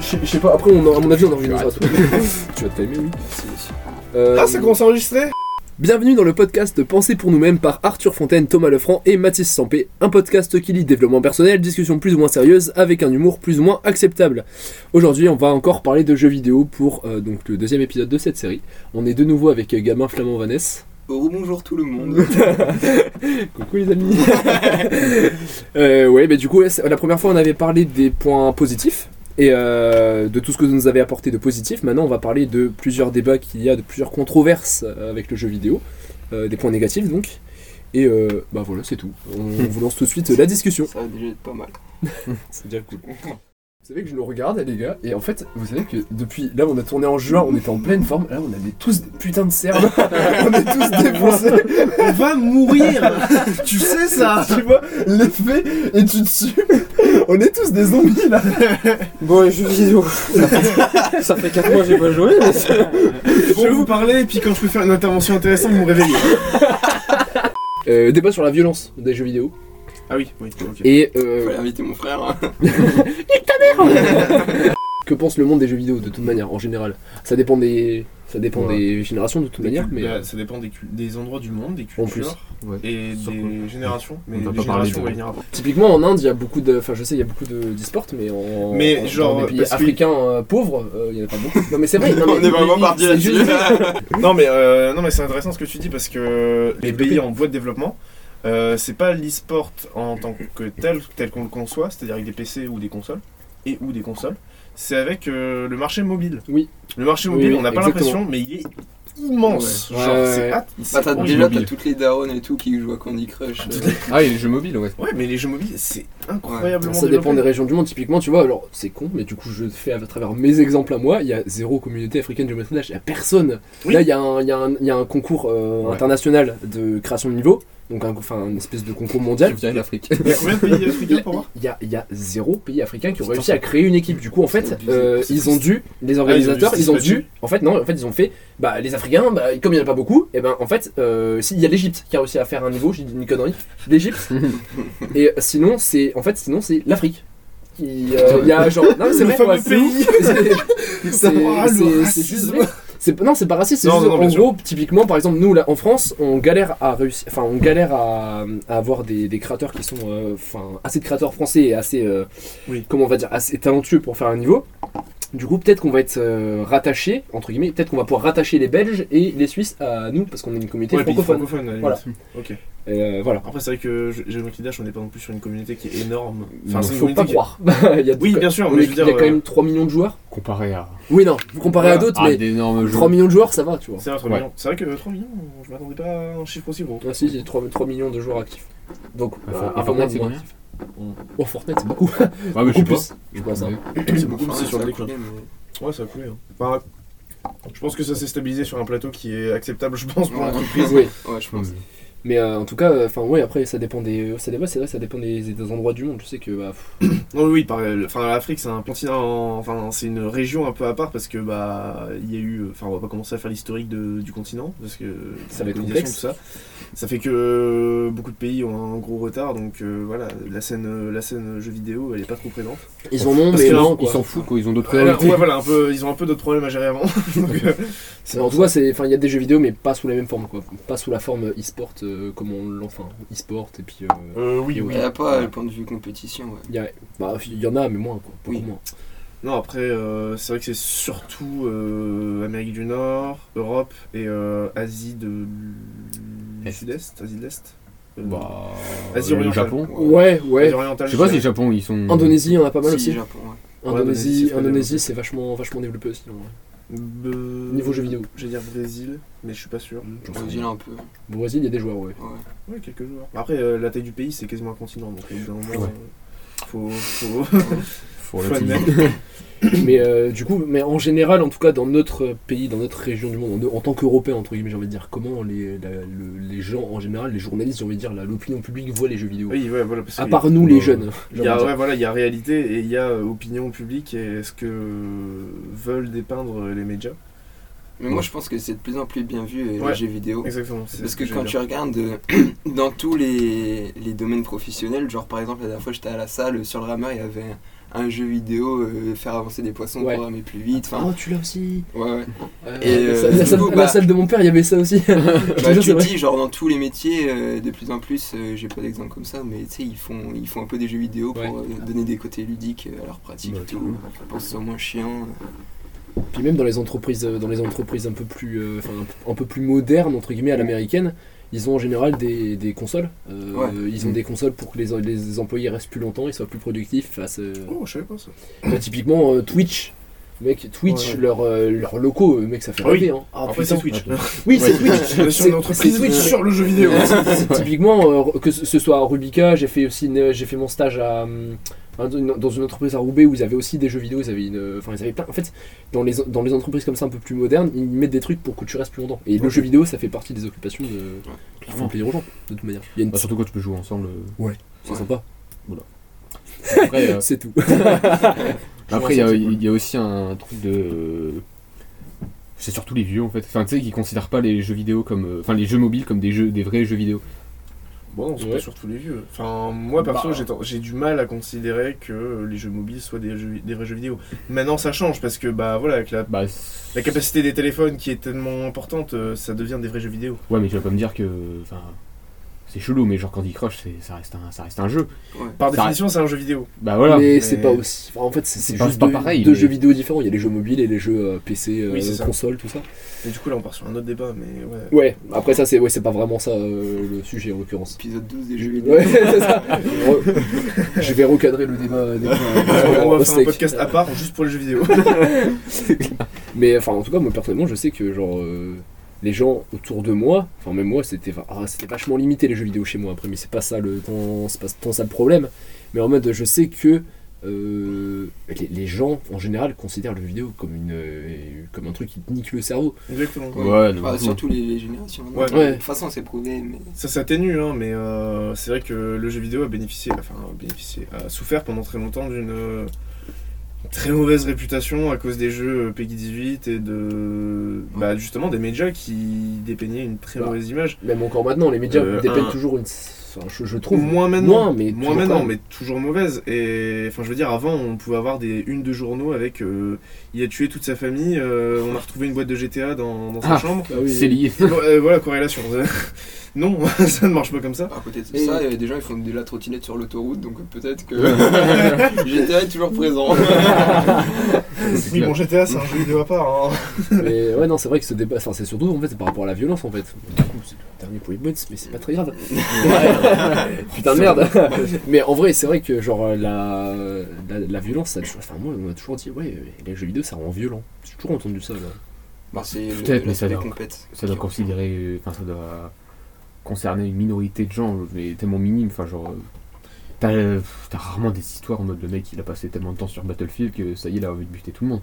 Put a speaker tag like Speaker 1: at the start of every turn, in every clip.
Speaker 1: je je sais pas, après, on a- à mon avis, on enregistrera
Speaker 2: Tu
Speaker 1: tout. tu vas te calmer, oui.
Speaker 3: Ah, c'est qu'on s'est enregistré
Speaker 1: Euh, Bienvenue dans le podcast Penser pour nous-mêmes par Arthur Fontaine, Thomas Lefranc et Mathis Sampé, un podcast qui lit développement personnel, discussion plus ou moins sérieuse avec un humour plus ou moins acceptable. Aujourd'hui, on va encore parler de jeux vidéo pour euh, donc le deuxième épisode de cette série. On est de nouveau avec euh, Gamin Flamand Vanesse.
Speaker 2: Oh, bonjour tout le monde.
Speaker 1: Coucou les amis. Euh, ouais, mais du coup, ouais, c'est- la première fois, on avait parlé des points positifs et euh, de tout ce que vous nous avez apporté de positif. Maintenant, on va parler de plusieurs débats qu'il y a, de plusieurs controverses euh, avec le jeu vidéo, euh, des points négatifs donc. Et euh, bah voilà, c'est tout. On vous lance tout de suite euh, la discussion.
Speaker 2: Ça va déjà être pas mal.
Speaker 1: C'est déjà cool. Vous savez que je le regarde, les gars, et en fait, vous savez que depuis. Là, on a tourné en juin, on était en pleine forme. Là, on avait tous des putains de cernes. on est tous défoncés.
Speaker 3: On va mourir Tu sais ça
Speaker 1: tu vois l'effet et tu dessus on est tous des zombies là
Speaker 4: Bon, les jeux vidéo. ça fait 4 mois que j'ai pas joué, mais c'est-
Speaker 3: Je vais vous parler, et puis quand je peux faire une intervention intéressante, vous me réveillez.
Speaker 1: euh, débat sur la violence des jeux vidéo
Speaker 3: Ah oui, oui, ok.
Speaker 1: et
Speaker 2: Fallait
Speaker 1: euh,
Speaker 2: inviter mon frère. hein.
Speaker 1: que pense le monde des jeux vidéo de toute manière en général ça dépend des ça dépend
Speaker 3: Ouais.
Speaker 1: des générations de toute manière mais
Speaker 3: Bah, ça dépend des, cul- des endroits du monde, des
Speaker 1: En
Speaker 3: cultures
Speaker 5: plus. Ouais.
Speaker 3: et
Speaker 5: Sur
Speaker 3: des
Speaker 5: quoi
Speaker 3: générations. Mais
Speaker 5: On va
Speaker 3: les
Speaker 5: pas parler
Speaker 3: générations,
Speaker 5: de-
Speaker 3: on va y venir après.
Speaker 1: typiquement en Inde il y a beaucoup de enfin je sais il y a beaucoup de d'e-sport mais en
Speaker 3: Mais
Speaker 1: en-
Speaker 3: genre,
Speaker 1: dans des pays
Speaker 3: parce que-
Speaker 1: africains euh, pauvres euh, il y en a pas beaucoup non mais c'est vrai non,
Speaker 2: On
Speaker 1: mais-
Speaker 2: est vraiment
Speaker 1: mais-
Speaker 2: parti
Speaker 1: c'est
Speaker 2: là-dessus.
Speaker 1: juste-
Speaker 3: Non mais, euh, non, mais c'est intéressant ce que tu dis parce que les
Speaker 1: Développer.
Speaker 3: pays en voie de développement, euh, c'est pas l'e-sport en tant que tel, tel qu'on le conçoit, c'est-à-dire avec des PC ou des consoles, et ou des consoles, c'est avec euh, le marché mobile.
Speaker 1: Oui.
Speaker 3: Le marché
Speaker 1: Oui,
Speaker 3: mobile,
Speaker 1: oui,
Speaker 3: on n'a pas
Speaker 1: exactement.
Speaker 3: l'impression, mais il est immense.
Speaker 1: Ouais.
Speaker 3: Genre,
Speaker 1: Ouais,
Speaker 3: c'est
Speaker 1: ouais.
Speaker 3: hâte.
Speaker 2: Bah, t'as-
Speaker 3: horrible.
Speaker 2: déjà, t'as toutes les darons et tout qui jouent à Candy Crush. euh,
Speaker 5: Ah, et les jeux mobiles, ouais.
Speaker 3: Ouais, mais les jeux mobiles, c'est incroyablement
Speaker 1: Ça dépend des
Speaker 3: développé.
Speaker 1: régions du monde, typiquement, tu vois. Alors, c'est con, mais du coup, je fais à travers mes exemples à moi. Il y a zéro communauté africaine de motoneige, il n'y a personne.
Speaker 3: Oui.
Speaker 1: Là, il y, a un- il y a un- il y a un concours euh,
Speaker 5: Ouais.
Speaker 1: international de création de niveau, donc un, enfin, une espèce de concours
Speaker 5: Je
Speaker 1: mondial.
Speaker 5: viens de l'Afrique.
Speaker 3: Il y a combien de pays africains pour voir
Speaker 1: Il y, a, il y a zéro pays africain qui ont
Speaker 3: Putain,
Speaker 1: réussi à créer une équipe. Du coup, en fait,
Speaker 2: c'est abusé.
Speaker 1: euh,
Speaker 2: C'est
Speaker 1: ils ont dû, les organisateurs, ils ont dû, en fait, non, en fait, ils ont fait, bah, les Africains, bah, comme il n'y en a pas beaucoup, et ben, en fait, euh, si, il y a l'Égypte qui a réussi à faire un niveau, j'ai dit une connerie, l'Égypte, et sinon, c'est, en fait, sinon, c'est l'Afrique. Qui, euh, Il y a genre, non, mais c'est
Speaker 3: Le
Speaker 1: vrai,
Speaker 3: fameux
Speaker 1: ouais, c'est-
Speaker 3: pays.
Speaker 1: c'est- c'est-
Speaker 3: Ah, le
Speaker 1: c'est- c'est
Speaker 3: racisme.
Speaker 1: juste vrai. C'est- non, c'est pas raciste, c'est
Speaker 3: Non,
Speaker 1: juste
Speaker 3: non, non, bien
Speaker 1: en
Speaker 3: sûr.
Speaker 1: gros, typiquement, par exemple, nous là en France, on galère à réussir, enfin, on galère à, à avoir des, des créateurs qui sont, euh, enfin, assez de créateurs français et assez, euh,
Speaker 3: Oui.
Speaker 1: comment on va dire, assez talentueux pour faire un niveau. Du coup, peut-être qu'on va être euh, rattaché, entre guillemets, peut-être qu'on va pouvoir rattacher les Belges et les Suisses à nous parce qu'on est une communauté
Speaker 3: Ouais, pays
Speaker 1: francophone.
Speaker 3: francophone, à la
Speaker 1: Voilà.
Speaker 3: limite. Ok.
Speaker 1: Euh, voilà.
Speaker 3: Après, c'est vrai que je- j'ai Monkey Dash, on n'est pas non plus sur une communauté qui est énorme.
Speaker 1: Enfin,
Speaker 3: c'est une
Speaker 1: faut pas
Speaker 3: communauté qui-
Speaker 1: croire. il y a
Speaker 3: Oui,
Speaker 1: quand-
Speaker 3: bien sûr,
Speaker 1: on
Speaker 3: mais
Speaker 1: est-
Speaker 3: je veux dire.
Speaker 1: il y a quand
Speaker 3: euh,
Speaker 1: même 3 millions de joueurs.
Speaker 5: Comparé à,
Speaker 1: Oui, non, vous comparez à
Speaker 3: Voilà. Ah,
Speaker 1: d'autres,
Speaker 5: à
Speaker 1: mais
Speaker 5: d'énormes Ah, jeux.
Speaker 1: 3 millions de joueurs, ça va, tu vois.
Speaker 3: C'est vrai, 3
Speaker 5: Ouais.
Speaker 3: millions. C'est vrai que 3 millions, je m'attendais pas à un chiffre aussi gros.
Speaker 1: Ah si, c'est 3, 3 millions de joueurs actifs. Donc,
Speaker 5: Ah,
Speaker 1: euh,
Speaker 5: Fort-
Speaker 1: un peu moins
Speaker 5: Fortnite,
Speaker 1: de
Speaker 5: c'est
Speaker 1: moins
Speaker 5: combien
Speaker 1: actifs. Oh, Fortnite, c'est beaucoup.
Speaker 5: Ouais, mais je sais
Speaker 1: Beaucoup
Speaker 5: pas.
Speaker 1: plus. Je pense hein.
Speaker 3: C'est beaucoup, mais
Speaker 2: enfin,
Speaker 3: c'est sur
Speaker 2: ça
Speaker 3: le
Speaker 2: a
Speaker 3: déclin.
Speaker 2: coulé, mais-
Speaker 3: Ouais, ça a coulé. hein. Enfin, je pense que ça s'est stabilisé sur un plateau qui est acceptable, je pense, pour
Speaker 2: Ouais.
Speaker 3: l'entreprise.
Speaker 1: Oui.
Speaker 2: Ouais, je
Speaker 5: Ouais,
Speaker 2: pense.
Speaker 1: Mais euh, en tout cas, enfin ouais, après ça dépend des, ça dépend, c'est vrai, ça dépend des, des endroits du monde. Je sais que bah, pff,
Speaker 3: Non, oui, par, enfin, l'Afrique, c'est un continent, enfin, c'est une région un peu à part parce que, bah, il y a eu, enfin, on va pas commencer à faire l'historique de- du continent parce que
Speaker 1: Ça va être
Speaker 3: la colonisation,
Speaker 1: complexe.
Speaker 3: tout ça. Ça fait que euh, beaucoup de pays ont un gros retard, donc euh, voilà, la scène, euh, la scène jeu vidéo, elle est pas trop présente.
Speaker 1: ils en ont,
Speaker 3: Parce
Speaker 1: mais
Speaker 3: que
Speaker 1: non.
Speaker 5: Ils
Speaker 1: quoi.
Speaker 5: s'en foutent, quoi. Ils ont d'autres
Speaker 3: Ah Ouais,
Speaker 5: priorités.
Speaker 3: ouais, voilà, un peu, ils ont un peu d'autres problèmes à gérer avant. donc, euh, c'est
Speaker 1: En tout cas, c'est, enfin, il y a des jeux vidéo, mais pas sous la même forme, quoi. Pas sous la forme e-sport, euh, comme on l'enfin, e-sport, et puis. euh,
Speaker 3: Euh, oui,
Speaker 1: Oui.
Speaker 3: oui.
Speaker 2: Il y a pas euh, le point de vue compétition, ouais.
Speaker 1: bah, il y en a, mais moins, quoi. Beaucoup
Speaker 2: Oui.
Speaker 1: moins.
Speaker 3: Non, après, euh, c'est vrai que c'est surtout euh, Amérique du Nord, Europe et euh, Asie de du
Speaker 5: Est.
Speaker 3: Sud-Est, Asie de l'Est. Euh,
Speaker 5: Bah.
Speaker 3: Asie
Speaker 5: le
Speaker 3: orientale.
Speaker 5: Japon.
Speaker 1: Ouais, ouais. Mmh.
Speaker 3: Asie orientale.
Speaker 5: Je sais pas si
Speaker 3: dirais.
Speaker 5: le Japon, ils sont.
Speaker 1: Indonésie, il y en a pas mal
Speaker 2: Si,
Speaker 1: aussi.
Speaker 2: Japon,
Speaker 3: Indonésie,
Speaker 2: ouais.
Speaker 1: Indonésie,
Speaker 3: c'est très
Speaker 1: Indonésie,
Speaker 3: développé.
Speaker 1: c'est vachement, vachement développé aussi. en vrai.
Speaker 3: Euh,
Speaker 1: Niveau Mm. jeux vidéo.
Speaker 3: Je vais dire Brésil, mais je suis pas sûr.
Speaker 5: J'en sais
Speaker 2: Brésil
Speaker 5: rien.
Speaker 2: un peu.
Speaker 1: Brésil, il y a des joueurs, ouais.
Speaker 2: Ouais.
Speaker 3: Ouais, quelques joueurs. Après, euh, la taille du pays, c'est quasiment un continent, donc au bout d'un moment,
Speaker 5: Ouais.
Speaker 3: euh, faut, faut,
Speaker 5: Faut
Speaker 3: faut
Speaker 5: relativiser.
Speaker 3: admettre.
Speaker 1: Mais euh, du coup, mais en général, en tout cas, dans notre pays, dans notre région du monde, en, en tant qu'Européens, entre guillemets, j'ai envie de dire, comment les, la- le- les gens, en général, les journalistes, j'ai envie de dire, la- l'opinion publique voit les jeux vidéo
Speaker 3: Oui, ouais, voilà, parce
Speaker 1: À
Speaker 3: que-
Speaker 1: part nous, les
Speaker 5: Ouais.
Speaker 1: jeunes. j'ai
Speaker 3: Il y a,
Speaker 1: envie de dire.
Speaker 3: ouais, voilà, il y a réalité et il y a euh, opinion publique et ce que veulent dépeindre les médias.
Speaker 2: Mais moi, je pense que c'est de plus en plus bien vu, euh,
Speaker 3: Ouais.
Speaker 2: les jeux vidéo.
Speaker 3: Exactement. c'est
Speaker 2: Parce
Speaker 3: ce
Speaker 2: que
Speaker 3: j'allais
Speaker 2: quand
Speaker 3: dire.
Speaker 2: tu regardes euh, dans tous les, les domaines professionnels, genre par exemple la dernière fois j'étais à la salle, sur le rameur il y avait un jeu vidéo, euh, faire avancer des poissons,
Speaker 1: Ouais.
Speaker 2: programmer plus vite. Enfin,
Speaker 1: Oh, tu l'as aussi.
Speaker 2: ouais, ouais.
Speaker 1: Et
Speaker 2: Et, euh,
Speaker 1: la,
Speaker 2: du
Speaker 1: salle,
Speaker 2: coup,
Speaker 1: la
Speaker 2: bah-
Speaker 1: salle de mon père, il y avait ça aussi. Je te
Speaker 2: Bah,
Speaker 1: jure,
Speaker 2: tu
Speaker 1: c'est
Speaker 2: te
Speaker 1: vrai.
Speaker 2: dis, genre dans tous les métiers, euh, de plus en plus, euh, j'ai pas d'exemple comme ça, mais tu sais, ils font, ils font un peu des jeux vidéo pour
Speaker 1: Ouais.
Speaker 2: euh, donner des côtés ludiques euh, à leur pratique
Speaker 5: Bah,
Speaker 2: et tout, pour que ce soit moins chiant. euh,
Speaker 1: Puis même dans les entreprises, euh, dans les entreprises un peu plus, euh, enfin, un peu- un peu plus modernes entre guillemets à l'américaine, ils ont en général des, des consoles. Euh,
Speaker 2: Ouais.
Speaker 1: Ils ont des consoles pour que les, les employés restent plus longtemps, ils soient plus productifs. Face, euh,
Speaker 3: Oh, je savais pas ça.
Speaker 1: bah, typiquement euh, Twitch, mec, Twitch,
Speaker 3: Ouais, ouais.
Speaker 1: leurs euh, leurs locaux, euh, mec, ça fait
Speaker 3: Ah oui.
Speaker 1: rêver. Hein. Ah,
Speaker 3: en fait,
Speaker 1: putain.
Speaker 3: c'est Twitch.
Speaker 1: Oui, c'est Twitch.
Speaker 3: Twitch.
Speaker 1: C'est-
Speaker 3: Sur une entreprise
Speaker 1: c'est Twitch.
Speaker 3: sur le jeu vidéo.
Speaker 1: C'est- c'est typiquement, euh, que ce ce soit à Rubica, j'ai fait aussi, une- j'ai fait mon stage à, hum, un- une- dans une entreprise à Roubaix où ils avaient aussi des jeux vidéo, ils avaient une, enfin ils avaient plein. En fait, dans les dans les entreprises comme ça un peu plus modernes, ils mettent des trucs pour que tu restes plus longtemps. Et le
Speaker 3: Ok. Ah.
Speaker 1: jeu vidéo, ça fait partie des occupations de- qui font plaisir aux gens, de toute manière. Il y a une
Speaker 5: Bah, surtout quand tu peux jouer ensemble. euh,
Speaker 1: c'est sympa.
Speaker 5: Après, euh,
Speaker 1: C'est tout.
Speaker 5: Après, il y, a- il y a aussi un truc de. euh, C'est surtout les vieux en fait. Enfin, tu sais, qui considèrent pas les jeux vidéo comme. euh, Enfin, les jeux mobiles comme des jeux, des vrais jeux vidéo.
Speaker 3: Bon, on se
Speaker 1: Ouais.
Speaker 3: pas sur tous les vieux. Enfin, moi perso,
Speaker 1: Bah.
Speaker 3: j'ai ten- j'ai du mal à considérer que les jeux mobiles soient des, jeux- des vrais jeux vidéo. Maintenant, ça change parce que, bah voilà, avec la,
Speaker 5: Bah, c-
Speaker 3: la capacité des téléphones qui est tellement importante, euh, ça devient des vrais jeux vidéo.
Speaker 5: Ouais, mais tu vas pas me dire que. Enfin. C'est chelou, mais genre Candy Crush, c'est- ça reste, un, ça reste un jeu.
Speaker 3: Par
Speaker 5: Ça-
Speaker 3: définition, c'est un jeu vidéo.
Speaker 5: Bah voilà.
Speaker 1: mais
Speaker 3: mais-
Speaker 1: c'est pas aussi. enfin, en fait, c'est- c'est
Speaker 5: pas-
Speaker 1: juste
Speaker 5: pas
Speaker 1: deux,
Speaker 5: pareil,
Speaker 1: deux
Speaker 5: mais-
Speaker 1: jeux vidéo différents. Il y a les jeux mobiles et les jeux euh, PC, euh,
Speaker 3: Oui, c'est ça.
Speaker 1: console, tout ça.
Speaker 3: Et du coup, là, on part sur un autre débat, mais ouais.
Speaker 1: Ouais. Après ça, c'est ouais, c'est pas vraiment ça euh, le sujet en l'occurrence.
Speaker 2: Épisode 12 des jeux vidéo.
Speaker 1: Ouais, c'est ça. Re- Je vais recadrer le débat. euh, des fois, euh,
Speaker 3: on
Speaker 1: au
Speaker 3: va faire un
Speaker 1: steak.
Speaker 3: podcast à part juste pour les jeux vidéo.
Speaker 1: Mais enfin, en tout cas, moi personnellement, je sais que genre euh, les gens autour de moi, enfin même moi, c'était va- ah, c'était vachement limité les jeux vidéo chez moi. Après, mais c'est pas ça le tant, c'est pas tant ça le problème. Mais en mode, je sais que euh, les, les gens en général considèrent le jeu vidéo comme une euh, comme un truc qui te nique le cerveau.
Speaker 3: Exactement.
Speaker 5: Ouais,
Speaker 2: Enfin,
Speaker 5: non, non.
Speaker 2: Bah, surtout les, les générations. maintenant.
Speaker 3: Ouais.
Speaker 1: Ouais.
Speaker 2: De toute façon, c'est prouvé, mais
Speaker 3: Ça s'atténue, hein, mais euh, c'est vrai que le jeu vidéo a bénéficié, enfin, a bénéficié, a souffert pendant très longtemps d'une euh, très mauvaise réputation à cause des jeux PEGI 18 et de. Bah, justement, des médias qui dépeignaient une très
Speaker 1: Bah,
Speaker 3: mauvaise image.
Speaker 1: Même encore maintenant, les médias
Speaker 3: Euh,
Speaker 1: dépeignent
Speaker 3: un-
Speaker 1: toujours une. enfin, je, je trouve
Speaker 3: moins maintenant,
Speaker 1: moins, mais
Speaker 3: moins
Speaker 1: toujours
Speaker 3: maintenant,
Speaker 1: quand même.
Speaker 3: mais toujours mauvaise. Et enfin, je veux dire, avant, on pouvait avoir des une de journaux avec euh, il a tué toute sa famille, euh, on a retrouvé une boîte de GTA dans, dans sa
Speaker 5: Ah.
Speaker 3: chambre.
Speaker 1: Ah oui.
Speaker 5: C'est lié.
Speaker 3: Bon, euh, voilà, corrélation. non, ça ne marche pas comme ça.
Speaker 2: à côté de
Speaker 1: Et-
Speaker 2: ça, il y a des gens ils font de la trottinette sur l'autoroute, donc peut-être que j'étais toujours présent.
Speaker 5: C'est
Speaker 3: Oui,
Speaker 5: clair.
Speaker 3: bon, GTA, c'est un jeu vidéo à part. hein.
Speaker 1: Mais ouais, non, c'est vrai que ce débat, enfin, c'est surtout en fait c'est par rapport à la violence en fait. Du coup, c'est le dernier point bonus, mais c'est pas très grave. Putain de merde. mais en vrai, c'est vrai que genre la, la, la violence, ça, a toujours- enfin, moi, on m'a toujours dit, ouais, euh, les jeux vidéo ça rend violent. J'ai toujours entendu ça là.
Speaker 2: Bah, c'est le-
Speaker 5: Peut-être, mais ça
Speaker 2: l'aspect
Speaker 5: doit-
Speaker 2: compète.
Speaker 5: Ça doit considérer. Enfin, ça doit concerner une minorité de gens, mais tellement minime. Enfin, genre. euh, T'as euh, t'as rarement des histoires en mode le mec il a passé tellement de temps sur Battlefield que ça y est, il a envie de buter tout le monde.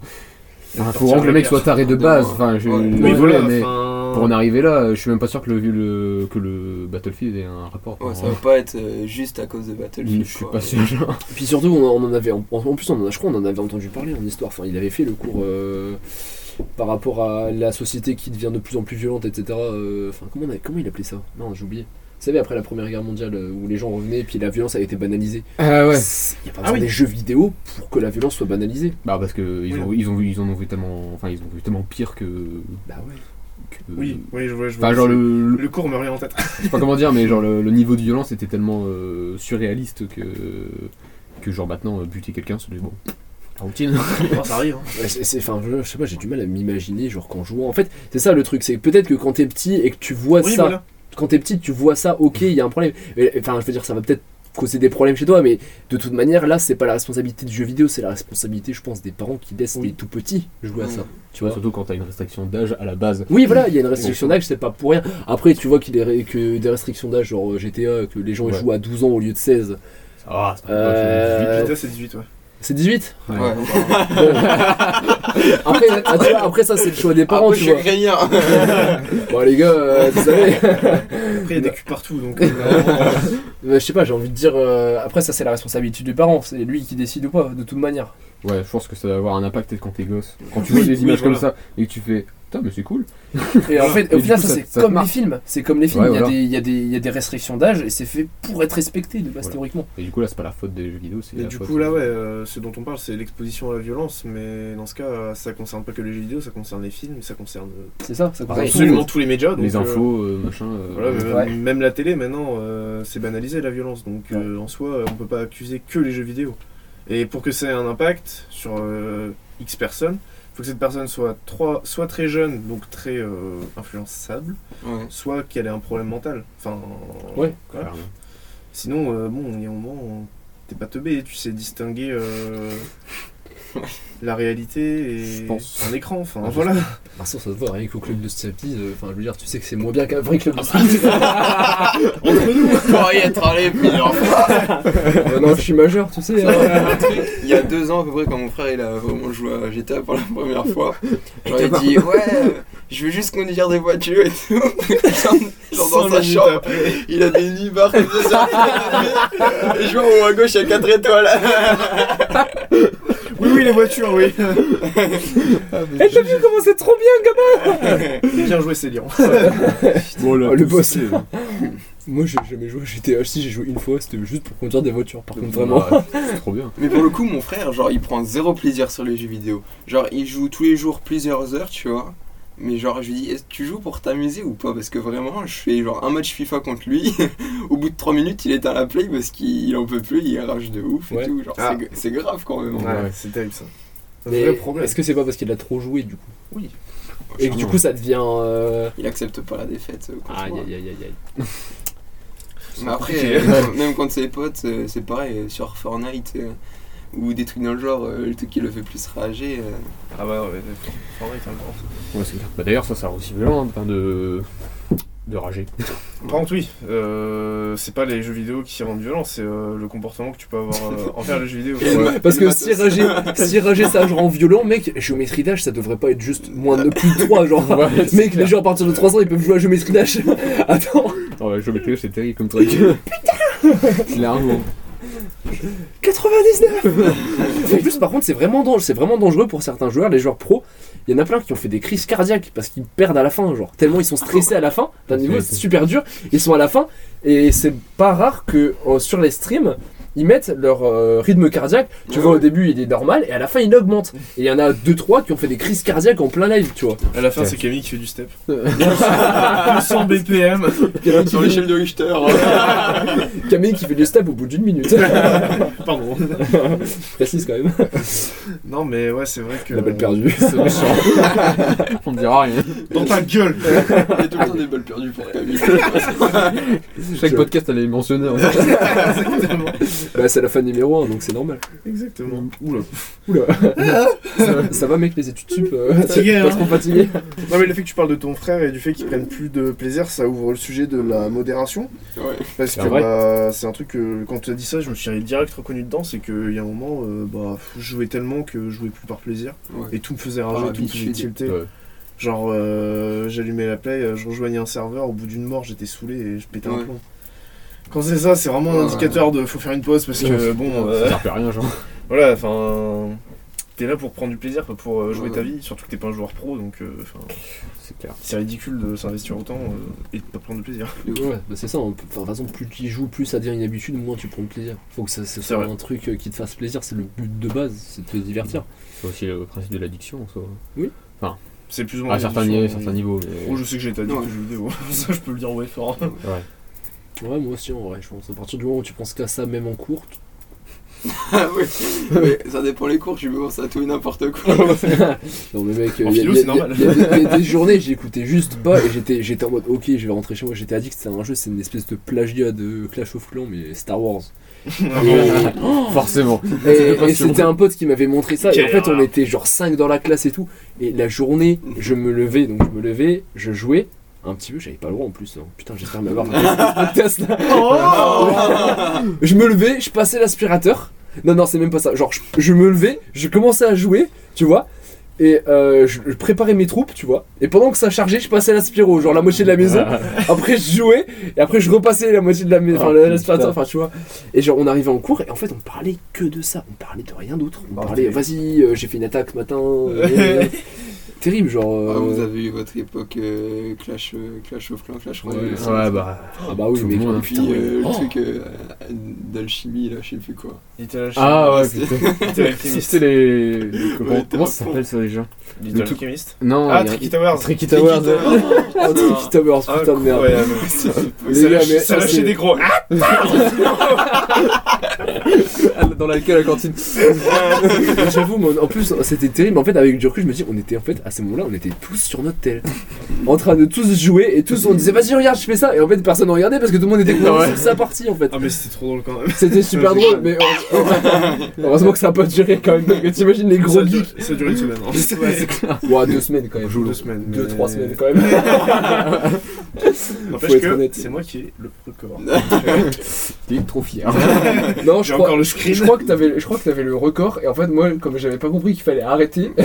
Speaker 5: Enfin, faut vraiment que le mec soit taré de base. Enfin, je,
Speaker 2: Ouais.
Speaker 5: je-
Speaker 3: Oui,
Speaker 5: je-
Speaker 3: voilà,
Speaker 5: mais
Speaker 3: enfin,
Speaker 5: pour en arriver là, je suis même pas sûr que le, le- que le Battlefield ait un rapport.
Speaker 2: Ouais, ça
Speaker 5: Enfin,
Speaker 2: va pas être euh, juste à cause de
Speaker 1: Mm,
Speaker 2: Battlefield.
Speaker 5: je suis
Speaker 2: quoi.
Speaker 5: pas sûr. genre.
Speaker 1: Et Puis surtout, on, on en avait, en, en plus, on en a, je crois, on en avait entendu parler en histoire. Enfin, il avait fait le cours euh, par rapport à la société qui devient de plus en plus violente, etc. euh, Enfin, comment, on a- comment il appelait ça Non, j'ai oublié. Vous savez, après la Première Guerre mondiale, euh, où les gens revenaient et puis la violence a été banalisée.
Speaker 5: Ah
Speaker 1: Il n'y
Speaker 5: ouais.
Speaker 1: a pas
Speaker 3: Ah
Speaker 1: besoin
Speaker 3: oui.
Speaker 1: des jeux vidéo pour que la violence soit banalisée.
Speaker 5: Bah parce que ils ont, ils ont vu, ils en ont vu tellement, enfin ils ont vu tellement pire que.
Speaker 1: Bah ouais.
Speaker 5: que-
Speaker 3: Oui, oui, je vois. Je vois.
Speaker 5: Enfin genre le, le-
Speaker 3: Le cours me revient en tête.
Speaker 5: je sais pas comment dire, mais genre le, le niveau de violence était tellement euh, surréaliste que que genre maintenant euh, buter quelqu'un c'est bon. la Routine.
Speaker 3: ça arrive. hein.
Speaker 1: c'est, c'est- enfin, je, je sais pas, j'ai du mal à m'imaginer, genre, qu'en jouant. En fait, c'est ça le truc, c'est que peut-être que quand t'es petit et que tu vois
Speaker 3: Oui,
Speaker 1: ça,
Speaker 3: voilà.
Speaker 1: quand t'es petit, tu vois ça, ok, il y a un problème. Mais, Enfin, je veux dire, ça va peut-être causer des problèmes chez toi, mais de toute manière, là, c'est pas la responsabilité du jeu vidéo, c'est la responsabilité, je pense, des parents qui laissent
Speaker 3: Oui.
Speaker 1: les tout petits jouer à ça. Tu vois
Speaker 5: Surtout quand t'as une restriction d'âge à la base.
Speaker 1: Oui, voilà, il y a une restriction d'âge, c'est pas pour rien. Après, tu vois qu'il est, que des restrictions d'âge, genre euh, GTA, que les gens ils
Speaker 5: Ouais.
Speaker 1: jouent à 12 ans au lieu de 16.
Speaker 5: Ah, c'est pas
Speaker 1: Euh,
Speaker 3: Vita, c'est 18, ouais.
Speaker 1: C'est 18
Speaker 5: Ouais.
Speaker 2: Ouais.
Speaker 1: Après, ah, tu vois, après ça, c'est le choix des parents,
Speaker 2: Après,
Speaker 1: tu
Speaker 2: Ah, je suis
Speaker 1: vois.
Speaker 2: craignard.
Speaker 1: Bon, les gars, euh, vous savez.
Speaker 3: Après, il y a
Speaker 5: bah.
Speaker 3: des culs partout, donc. euh,
Speaker 1: Euh, je sais pas, j'ai envie de dire. euh, après, ça, c'est la responsabilité du parent. C'est lui qui décide ou pas, de toute manière.
Speaker 5: Ouais, je pense que ça va avoir un impact peut-être quand t'es gosse. Quand tu
Speaker 3: Oui,
Speaker 5: vois des
Speaker 3: oui,
Speaker 5: images
Speaker 3: voilà.
Speaker 5: comme ça et que tu fais. "Putain, putain, mais c'est cool.
Speaker 1: Et en fait,
Speaker 5: Et
Speaker 1: au
Speaker 5: du
Speaker 1: final,
Speaker 5: coup,
Speaker 1: ça,
Speaker 5: ça-
Speaker 1: c'est
Speaker 5: ça te
Speaker 1: comme les
Speaker 5: marque.
Speaker 1: films. C'est comme les films.
Speaker 5: Ouais,
Speaker 1: il, y a
Speaker 5: voilà.
Speaker 1: des, il, y a des, il y a des restrictions d'âge et c'est fait pour être respecté de base
Speaker 5: Voilà.
Speaker 1: théoriquement.
Speaker 5: Et du coup, là, c'est pas la faute des jeux vidéo, c'est
Speaker 3: Mais
Speaker 5: la
Speaker 3: du
Speaker 5: faute
Speaker 3: coup, là,
Speaker 5: de-
Speaker 3: ouais, euh, ce dont on parle, c'est l'exposition à la violence, mais dans ce cas, ça concerne pas que les jeux vidéo, ça concerne les films, ça concerne euh,
Speaker 1: C'est ça, ça
Speaker 5: Pareil.
Speaker 1: Absolument.
Speaker 3: absolument tous les médias. donc,
Speaker 5: Les
Speaker 3: euh,
Speaker 5: infos, euh, machin. euh,
Speaker 3: voilà, mais même,
Speaker 1: Ouais.
Speaker 3: même la télé, maintenant, euh, c'est banalisé la violence, donc euh, en soi, on peut pas accuser que les jeux vidéo. Et pour que ça ait un impact sur euh, X personnes, faut que cette personne soit, trois, soit très jeune, donc très euh, influençable,
Speaker 2: Ouais.
Speaker 3: soit qu'elle ait un problème mental. Enfin,
Speaker 1: Ouais.
Speaker 3: voilà.
Speaker 5: clairement.
Speaker 3: Sinon, euh, bon, il y a un moment, t'es pas teubé, tu sais distinguer euh, la réalité
Speaker 5: Je
Speaker 3: et
Speaker 5: pense.
Speaker 3: un écran, enfin
Speaker 6: Ouais,
Speaker 3: voilà.
Speaker 6: De toute façon, ça se voit, rien qu'au club de striptease, euh, enfin, je veux dire, tu sais que c'est moins bien qu'un vrai
Speaker 1: Ah,
Speaker 6: club de
Speaker 1: bah,
Speaker 6: striptease.
Speaker 2: Pour y être allé plusieurs fois.
Speaker 1: Euh, non, je suis majeur, tu sais. hein.
Speaker 2: Il y a deux ans à peu près, quand mon frère il a vraiment joué à GTA pour la première fois, genre il dit ouais, euh, je veux juste conduire des voitures et tout. Genre, genre dans sa
Speaker 3: minutes
Speaker 2: chambre,
Speaker 3: après.
Speaker 2: il a des nuits-bars comme ça. sur la télé. Et je vois en haut à gauche il y a 4 étoiles.
Speaker 3: Oui, oui, les voitures, oui. Ah,
Speaker 1: Eh, t'as vu comment c'est trop bien, gamin
Speaker 3: Bien joué, Célian.
Speaker 6: Bon, là,
Speaker 1: Oh, le
Speaker 6: tout
Speaker 1: boss.
Speaker 6: se sait, là.
Speaker 1: Moi, j'ai jamais joué à GTA. Si, j'ai joué une fois, c'était juste pour conduire des voitures, par contre, vraiment.
Speaker 5: Ouais, c'est trop bien.
Speaker 2: Mais pour le coup, mon frère, genre, il prend zéro plaisir sur les jeux vidéo. Genre, il joue tous les jours plusieurs heures, tu vois. Mais genre, je lui dis, est-ce que tu joues pour t'amuser ou pas Parce que vraiment, je fais genre un match FIFA contre lui. Au bout de 3 minutes, il éteint la play parce qu'il en peut plus, il rage de ouf
Speaker 1: Ouais.
Speaker 2: et tout. Genre,
Speaker 3: Ah.
Speaker 2: c'est- c'est grave quand même.
Speaker 5: Ouais.
Speaker 3: Ouais, c'est terrible ça. Un
Speaker 1: Mais
Speaker 3: vrai problème.
Speaker 1: Est-ce que c'est pas parce qu'il a trop joué, du coup Et que du
Speaker 5: Charmant.
Speaker 1: coup, ça devient. euh,
Speaker 2: Il accepte pas la défaite. euh, contre
Speaker 6: Aïe,
Speaker 2: moi.
Speaker 6: aïe, aïe, aïe, aïe.
Speaker 2: Mais après, euh, même contre ses potes, euh, c'est pareil, euh, sur Fortnite euh, ou des trucs dans le genre, euh, le truc qui le fait plus rager. euh,
Speaker 3: Ah bah ouais, Fortnite, hein, bon.
Speaker 5: Ouais, c'est clair. Bah, D'ailleurs, ça, ça rend aussi violent hein, de. de rager.
Speaker 3: Par contre, oui, euh, c'est pas les jeux vidéo qui rendent violent, c'est euh, le comportement que tu peux avoir euh, envers les jeux vidéo. Ouais.
Speaker 1: Parce que
Speaker 2: Le
Speaker 1: si rager, si rager ça rend violent, mec, géométrie d'âge ça devrait pas être juste moins de plus de 3, genre.
Speaker 5: Ouais, c'est
Speaker 1: mec, les
Speaker 5: clair.
Speaker 1: gens à partir de 3 ans ils peuvent jouer à géométrie d'âge. Attends,
Speaker 5: Oh, la géométrie, c'est terrible comme truc. Putain Clairement.
Speaker 1: 99 En plus, par contre, c'est vraiment, dangereux, c'est vraiment dangereux pour certains joueurs, les joueurs pros. Il y en a plein qui ont fait des crises cardiaques parce qu'ils perdent à la fin, genre. Tellement ils sont stressés à la fin, d'un
Speaker 5: C'est-
Speaker 1: niveau
Speaker 5: c'est-
Speaker 1: super dur, ils sont à la fin, et c'est pas rare que euh, sur les streams. Ils mettent leur euh, rythme cardiaque, tu vois au début il est normal et à la fin il augmente. Et il y en a 2-3 qui ont fait des crises cardiaques en plein live, tu vois.
Speaker 3: À la fin,
Speaker 5: Ouais.
Speaker 3: c'est Camille qui fait du step. 200 BPM.
Speaker 2: sur l'échelle de Richter.
Speaker 1: hein. Camille qui fait des steps au bout d'une minute.
Speaker 3: Pardon.
Speaker 1: Précise quand même.
Speaker 3: Non, mais ouais, c'est vrai que.
Speaker 1: La belle perdue.
Speaker 5: C'est méchant. On dira rien.
Speaker 3: Dans ta gueule
Speaker 2: Il y a tout le temps des balles perdues pour Camille.
Speaker 5: Chaque podcast, elle est mentionnée. hein. en fait.
Speaker 3: Exactement.
Speaker 1: Bah c'est la fin numéro 1 donc c'est normal.
Speaker 3: Exactement.
Speaker 1: Oula. ça, ça va mec les études sup. euh,
Speaker 3: Fatigué,
Speaker 1: pas
Speaker 3: hein.
Speaker 1: trop fatigué.
Speaker 3: Non mais le fait que tu parles de ton frère et du fait qu'il prenne plus de plaisir, ça ouvre le sujet de la modération.
Speaker 2: Ouais.
Speaker 3: Parce
Speaker 1: C'est
Speaker 3: que
Speaker 1: vrai.
Speaker 3: bah, c'est un truc que quand tu as dit ça, je me suis direct reconnu dedans, c'est qu'il y a un moment, euh, bah, je jouais tellement que je jouais plus par plaisir.
Speaker 2: Ouais.
Speaker 3: Et tout me faisait rager,
Speaker 1: Ah,
Speaker 2: Par
Speaker 3: tout me faisait
Speaker 2: habitude.
Speaker 3: tilter.
Speaker 5: Ouais.
Speaker 3: Genre euh, j'allumais la play, euh, je rejoignais un serveur, au bout d'une mort j'étais saoulé et je pétais
Speaker 2: Ouais.
Speaker 3: un plomb. Quand c'est ça, c'est vraiment un
Speaker 2: Ouais.
Speaker 3: indicateur de faut faire une pause parce que bon,
Speaker 5: Ça
Speaker 3: euh,
Speaker 5: sert plus à rien, genre.
Speaker 3: voilà, enfin, t'es là pour prendre du plaisir, pas pour euh, jouer
Speaker 2: Ouais.
Speaker 3: ta vie, surtout que t'es pas un joueur pro, donc euh, enfin,
Speaker 5: C'est clair.
Speaker 3: c'est ridicule de s'investir autant euh, et de pas prendre de plaisir.
Speaker 1: Ouais, bah c'est ça. on peut- enfin, de toute façon, plus tu y joues, plus ça devient une habitude, moins tu prends de plaisir. Faut que ça, ça
Speaker 3: C'est
Speaker 1: soit
Speaker 3: vrai.
Speaker 1: un truc euh, qui te fasse plaisir, c'est le but de base, c'est de te divertir.
Speaker 5: C'est aussi le principe de l'addiction en soi.
Speaker 3: C'est plus ou moins.
Speaker 5: À certains,
Speaker 3: une
Speaker 5: niveaux,
Speaker 3: addiction.
Speaker 5: certains niveaux. Mais...
Speaker 3: Oh, je sais que j'ai été addict
Speaker 2: Ouais.
Speaker 3: aux jeux vidéo, ça je peux le dire ouais fort.
Speaker 5: Ouais.
Speaker 1: Ouais, moi aussi en vrai, je pense. À partir du moment où tu penses qu'à ça, même en cours, tu-
Speaker 2: Ah oui, mais ça dépend les cours, je me pense à tout et n'importe quoi.
Speaker 1: non mais mec,
Speaker 3: En
Speaker 1: il y, a-
Speaker 3: philo,
Speaker 1: y a-
Speaker 3: c'est normal.
Speaker 1: y a- y a des- y a des journées, j'écoutais juste pas et j'étais, j'étais en mode ok, je vais rentrer chez moi. J'étais addict, c'est un jeu, c'est une espèce de plagiat de Clash of Clans, mais Star Wars. Et-
Speaker 5: Forcément.
Speaker 1: Et, et c'était un pote qui m'avait montré ça. Et en
Speaker 3: Quelle
Speaker 1: fait, on
Speaker 3: erreur.
Speaker 1: était genre 5 dans la classe et tout. Et la journée, je me levais, donc je me levais, je jouais un petit peu. J'avais pas le droit en plus. hein. Putain, j'espère m'avoir fait ce podcast là.
Speaker 3: Oh
Speaker 1: je me levais, je passais l'aspirateur. Non, non, c'est même pas ça. Genre, je, je me levais, je commençais à jouer, tu vois. Et euh, je, je préparais mes troupes, tu vois. Et pendant que ça chargeait, je passais l'aspiro, genre la moitié de la maison. Après, je jouais. Et après, je repassais la moitié de la maison. Enfin,
Speaker 5: Ah,
Speaker 1: l'aspirateur,
Speaker 5: putain.
Speaker 1: enfin, tu vois. Et genre, on arrivait en cours et en fait, on parlait que de ça. On parlait de rien d'autre. On
Speaker 3: Bah,
Speaker 1: parlait,
Speaker 3: ok.
Speaker 1: vas-y, euh, j'ai fait une attaque ce matin. euh, terrible, genre. euh,
Speaker 2: Ah, vous avez eu votre époque euh, Clash, euh, Clash of Clans, Clash Royale.
Speaker 1: Ouais,
Speaker 2: et
Speaker 5: Ouais, bah.
Speaker 1: Ah bah oui,
Speaker 5: tout le
Speaker 1: mais
Speaker 5: monde, hein.
Speaker 2: puis
Speaker 1: putain, ouais.
Speaker 2: euh, le
Speaker 6: Oh.
Speaker 2: truc euh, d'alchimie, là, je sais plus quoi.
Speaker 3: Little Alchemist.
Speaker 5: Ah ouais,
Speaker 2: c'est-
Speaker 5: putain. Si c'était les. les- Comment,
Speaker 2: Ouais, t'es
Speaker 5: comment
Speaker 2: un
Speaker 5: ça
Speaker 2: con.
Speaker 5: s'appelle ça déjà
Speaker 3: Little
Speaker 5: le tout-
Speaker 3: Alchemist.
Speaker 5: Non,
Speaker 3: Ah,
Speaker 5: il y a-
Speaker 3: Tricky Towers.
Speaker 5: Tricky Towers. ouais.
Speaker 1: Oh, Tricky Towers,
Speaker 3: Ah,
Speaker 1: putain de merde.
Speaker 3: incroyable.
Speaker 1: Les
Speaker 3: Ça
Speaker 1: gars,
Speaker 3: lâche-
Speaker 1: mais
Speaker 3: ça
Speaker 1: ça,
Speaker 3: lâchait
Speaker 1: c'est-
Speaker 3: des gros. Ah
Speaker 4: Dans l'alcool à la cantine.
Speaker 1: J'avoue, mais en plus, c'était terrible. En fait, avec Durku, je me dis, on était en fait, à ce moment-là, on était tous sur notre tel. En train de tous jouer et tous, on disait, vas-y, regarde, je fais ça. Et en fait, personne ne regardait parce que tout le monde était concentré sur sa partie, en fait.
Speaker 3: mais c'était trop drôle quand même.
Speaker 1: C'était super
Speaker 3: Ah, c'est
Speaker 1: drôle,
Speaker 3: cool.
Speaker 1: mais heureusement- heureusement que ça a pas duré quand même. Parce que t'imagines les
Speaker 3: Ça
Speaker 1: gros
Speaker 3: a duré-
Speaker 1: geeks.
Speaker 3: ça a duré une semaine. hein.
Speaker 1: Ouah, deux semaines quand même.
Speaker 3: Deux semaines.
Speaker 1: Deux,
Speaker 3: mais-
Speaker 1: trois semaines quand même.
Speaker 3: N'empêche
Speaker 1: Faut être
Speaker 3: que
Speaker 1: honnête.
Speaker 3: C'est moi qui ai le record.
Speaker 5: T'es trop fier.
Speaker 1: Non, je
Speaker 3: J'ai
Speaker 1: crois,
Speaker 3: encore le
Speaker 1: je
Speaker 3: screen.
Speaker 1: crois que t'avais, je crois que t'avais le record. Et en fait, moi, comme j'avais pas compris qu'il fallait arrêter, que,